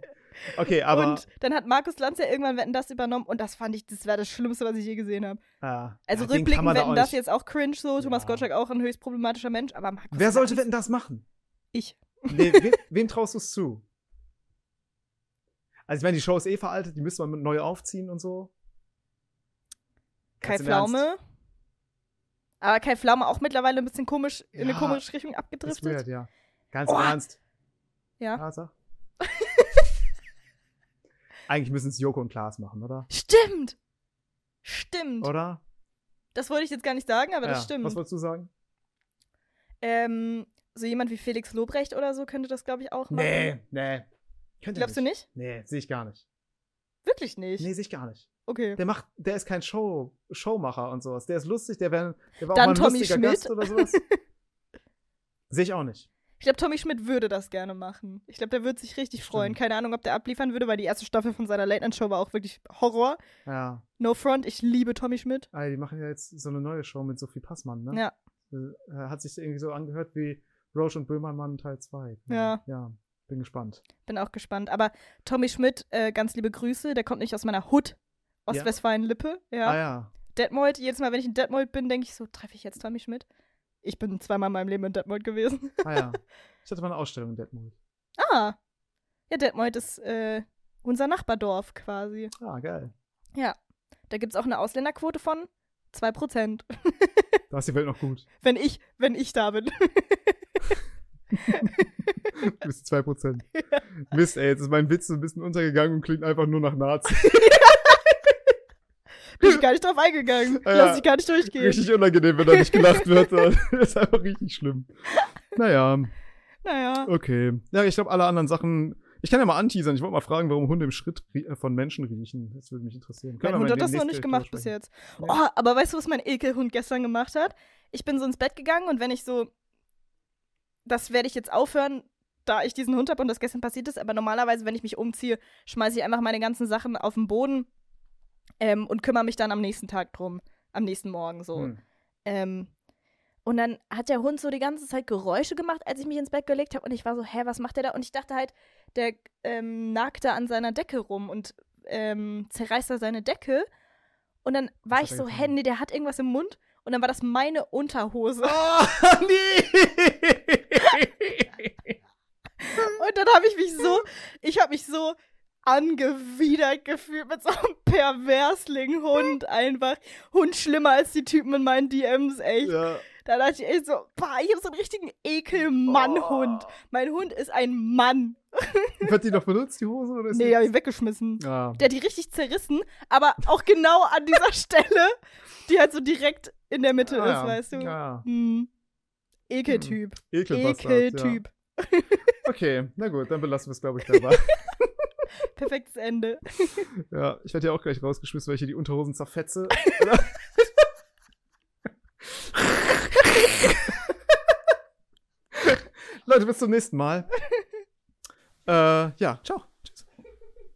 Okay, aber.
und dann hat Markus Lanz ja irgendwann Wetten das übernommen und das fand ich, das war das Schlimmste, was ich je gesehen habe.
ja,
Also
ah, ja, den kann
rückblickend
man da
Wetten
auch
das
nicht-
jetzt auch cringe so, Thomas
Ja.
Gottschalk auch ein höchst problematischer Mensch, aber Markus
Wer sollte
Lanz,
denn das machen?
Ich.
Nee, wem, wem traust du es zu? Also ich meine, die Show ist eh veraltet, die müsste man neu aufziehen und so.
Kai
Ganz im Ernst.
Pflaume. Aber Kai Pflaume auch mittlerweile ein bisschen komisch, in eine
Ja,
komische Richtung
Das ist weird,
abgedriftet.
ja. Ganz
Oh.
im ernst.
Ja.
sag. Eigentlich müssen es Joko und Klaas machen, oder?
Stimmt! Stimmt!
Oder?
Das wollte ich jetzt gar nicht sagen, aber das
Ja. Was
stimmt.
wolltest du sagen?
Ähm, so jemand wie Felix Lobrecht oder so könnte das, glaube ich, auch machen.
Nee, nee. Könnt ihr
Glaubst du nicht?
Nee, sehe ich gar nicht.
Wirklich nicht.
Nee, sehe ich gar nicht.
Okay.
Der macht, der ist kein Show, Showmacher und sowas. Der ist lustig, der, wär, der war
Dann
auch mal ein
Tommy
lustiger
Schmidt.
Gast oder sowas. sehe ich auch nicht.
Ich glaube, Tommy Schmidt würde das gerne machen. Ich glaube, der würde sich richtig
Stimmt.
freuen. Keine Ahnung, ob der abliefern würde, weil die erste Staffel von seiner Late Night Show war auch wirklich Horror.
Ja.
No front, ich liebe Tommy Schmidt.
Ah, die machen ja jetzt so eine neue Show mit Sophie Passmann, ne?
Ja.
Äh, hat sich irgendwie so angehört wie Roche und Böhmermann Teil 2.
Ja.
Ja, bin gespannt.
Bin auch gespannt. Aber Tommy Schmidt, äh, ganz liebe Grüße. Der kommt nicht aus meiner
Ja.
Hood, Ostwestfalen-Lippe. Ja.
Ah ja.
Detmold, jedes Mal, wenn ich in Detmold bin, denke ich so, treffe ich jetzt Tommy Schmidt? Ich bin zweimal in meinem Leben in Detmold gewesen.
Ah ja. ich hatte mal eine Ausstellung in Detmold.
ah. Ja, Detmold ist äh, Unser Nachbardorf quasi.
Ah, geil.
Ja. Da gibt es auch eine Ausländerquote von 2%.
Da ist die Welt noch gut.
Wenn ich, wenn ich da bin.
Bis 2%. Mist, ey, jetzt ist mein Witz so ein bisschen untergegangen und klingt einfach nur nach Nazi.
Bin ich gar nicht drauf eingegangen.
Ja,
Lass ich gar nicht durchgehen.
Richtig unangenehm, wenn da nicht gelacht wird. Das ist einfach richtig schlimm. Naja,
Naja.
okay. Ja, ich glaube, alle anderen Sachen. Ich kann ja mal anteasern. Ich wollte mal fragen, warum Hunde im Schritt rie- äh, von Menschen riechen. Das würde mich interessieren.
Mein
wir
Hund
mal
hat das noch
demnächst
nicht
direkt drüber
gemacht bis
sprechen.
jetzt.
Nee.
Oh, aber weißt du, was mein Ekelhund gestern gemacht hat? Ich bin so ins Bett gegangen und wenn ich so. Das werde ich jetzt aufhören, da ich diesen Hund habe und das gestern passiert ist. Aber normalerweise, wenn ich mich umziehe, schmeiße ich einfach meine ganzen Sachen auf den Boden ähm, und kümmere mich dann am nächsten Tag drum. Am nächsten Morgen so.
Hm.
Ähm, und dann hat der Hund so die ganze Zeit Geräusche gemacht, als ich mich ins Bett gelegt habe. Und ich war so, hä, was macht der da? Und ich dachte halt, der ähm, nagt da an seiner Decke rum und ähm, zerreißt da seine Decke. Und dann war
hat
ich
er
so,
getan?
hä, nee, der hat irgendwas im Mund. Und dann war das meine Unterhose.
Ah, nee!
Und dann habe ich mich so, ich habe mich so angewidert gefühlt mit so einem Perversling-Hund einfach. Hund schlimmer als die Typen in meinen DMs, echt.
ja.
Da dachte ich echt so, boah, ich habe so einen richtigen Ekel-Mann-Hund. Mein Hund ist ein Mann.
Oh. Wird die noch benutzt, die Hose? Oder ist
Nee,
die...
habe ich weggeschmissen.
Ah.
Der hat die richtig zerrissen, aber auch genau an dieser Stelle, die halt so direkt in der Mitte
Ah,
ist,
ja.
weißt du.
Ja.
Hm. Ekeltyp.
Ekelbastard.
Ekeltyp.
Ja. Okay, na gut, dann belassen wir es, glaube ich, dabei.
Perfektes Ende.
ja, ich werde ja auch gleich rausgeschmissen, weil ich hier die Unterhosen zerfetze. Leute, bis zum nächsten Mal. Äh, ja, ciao.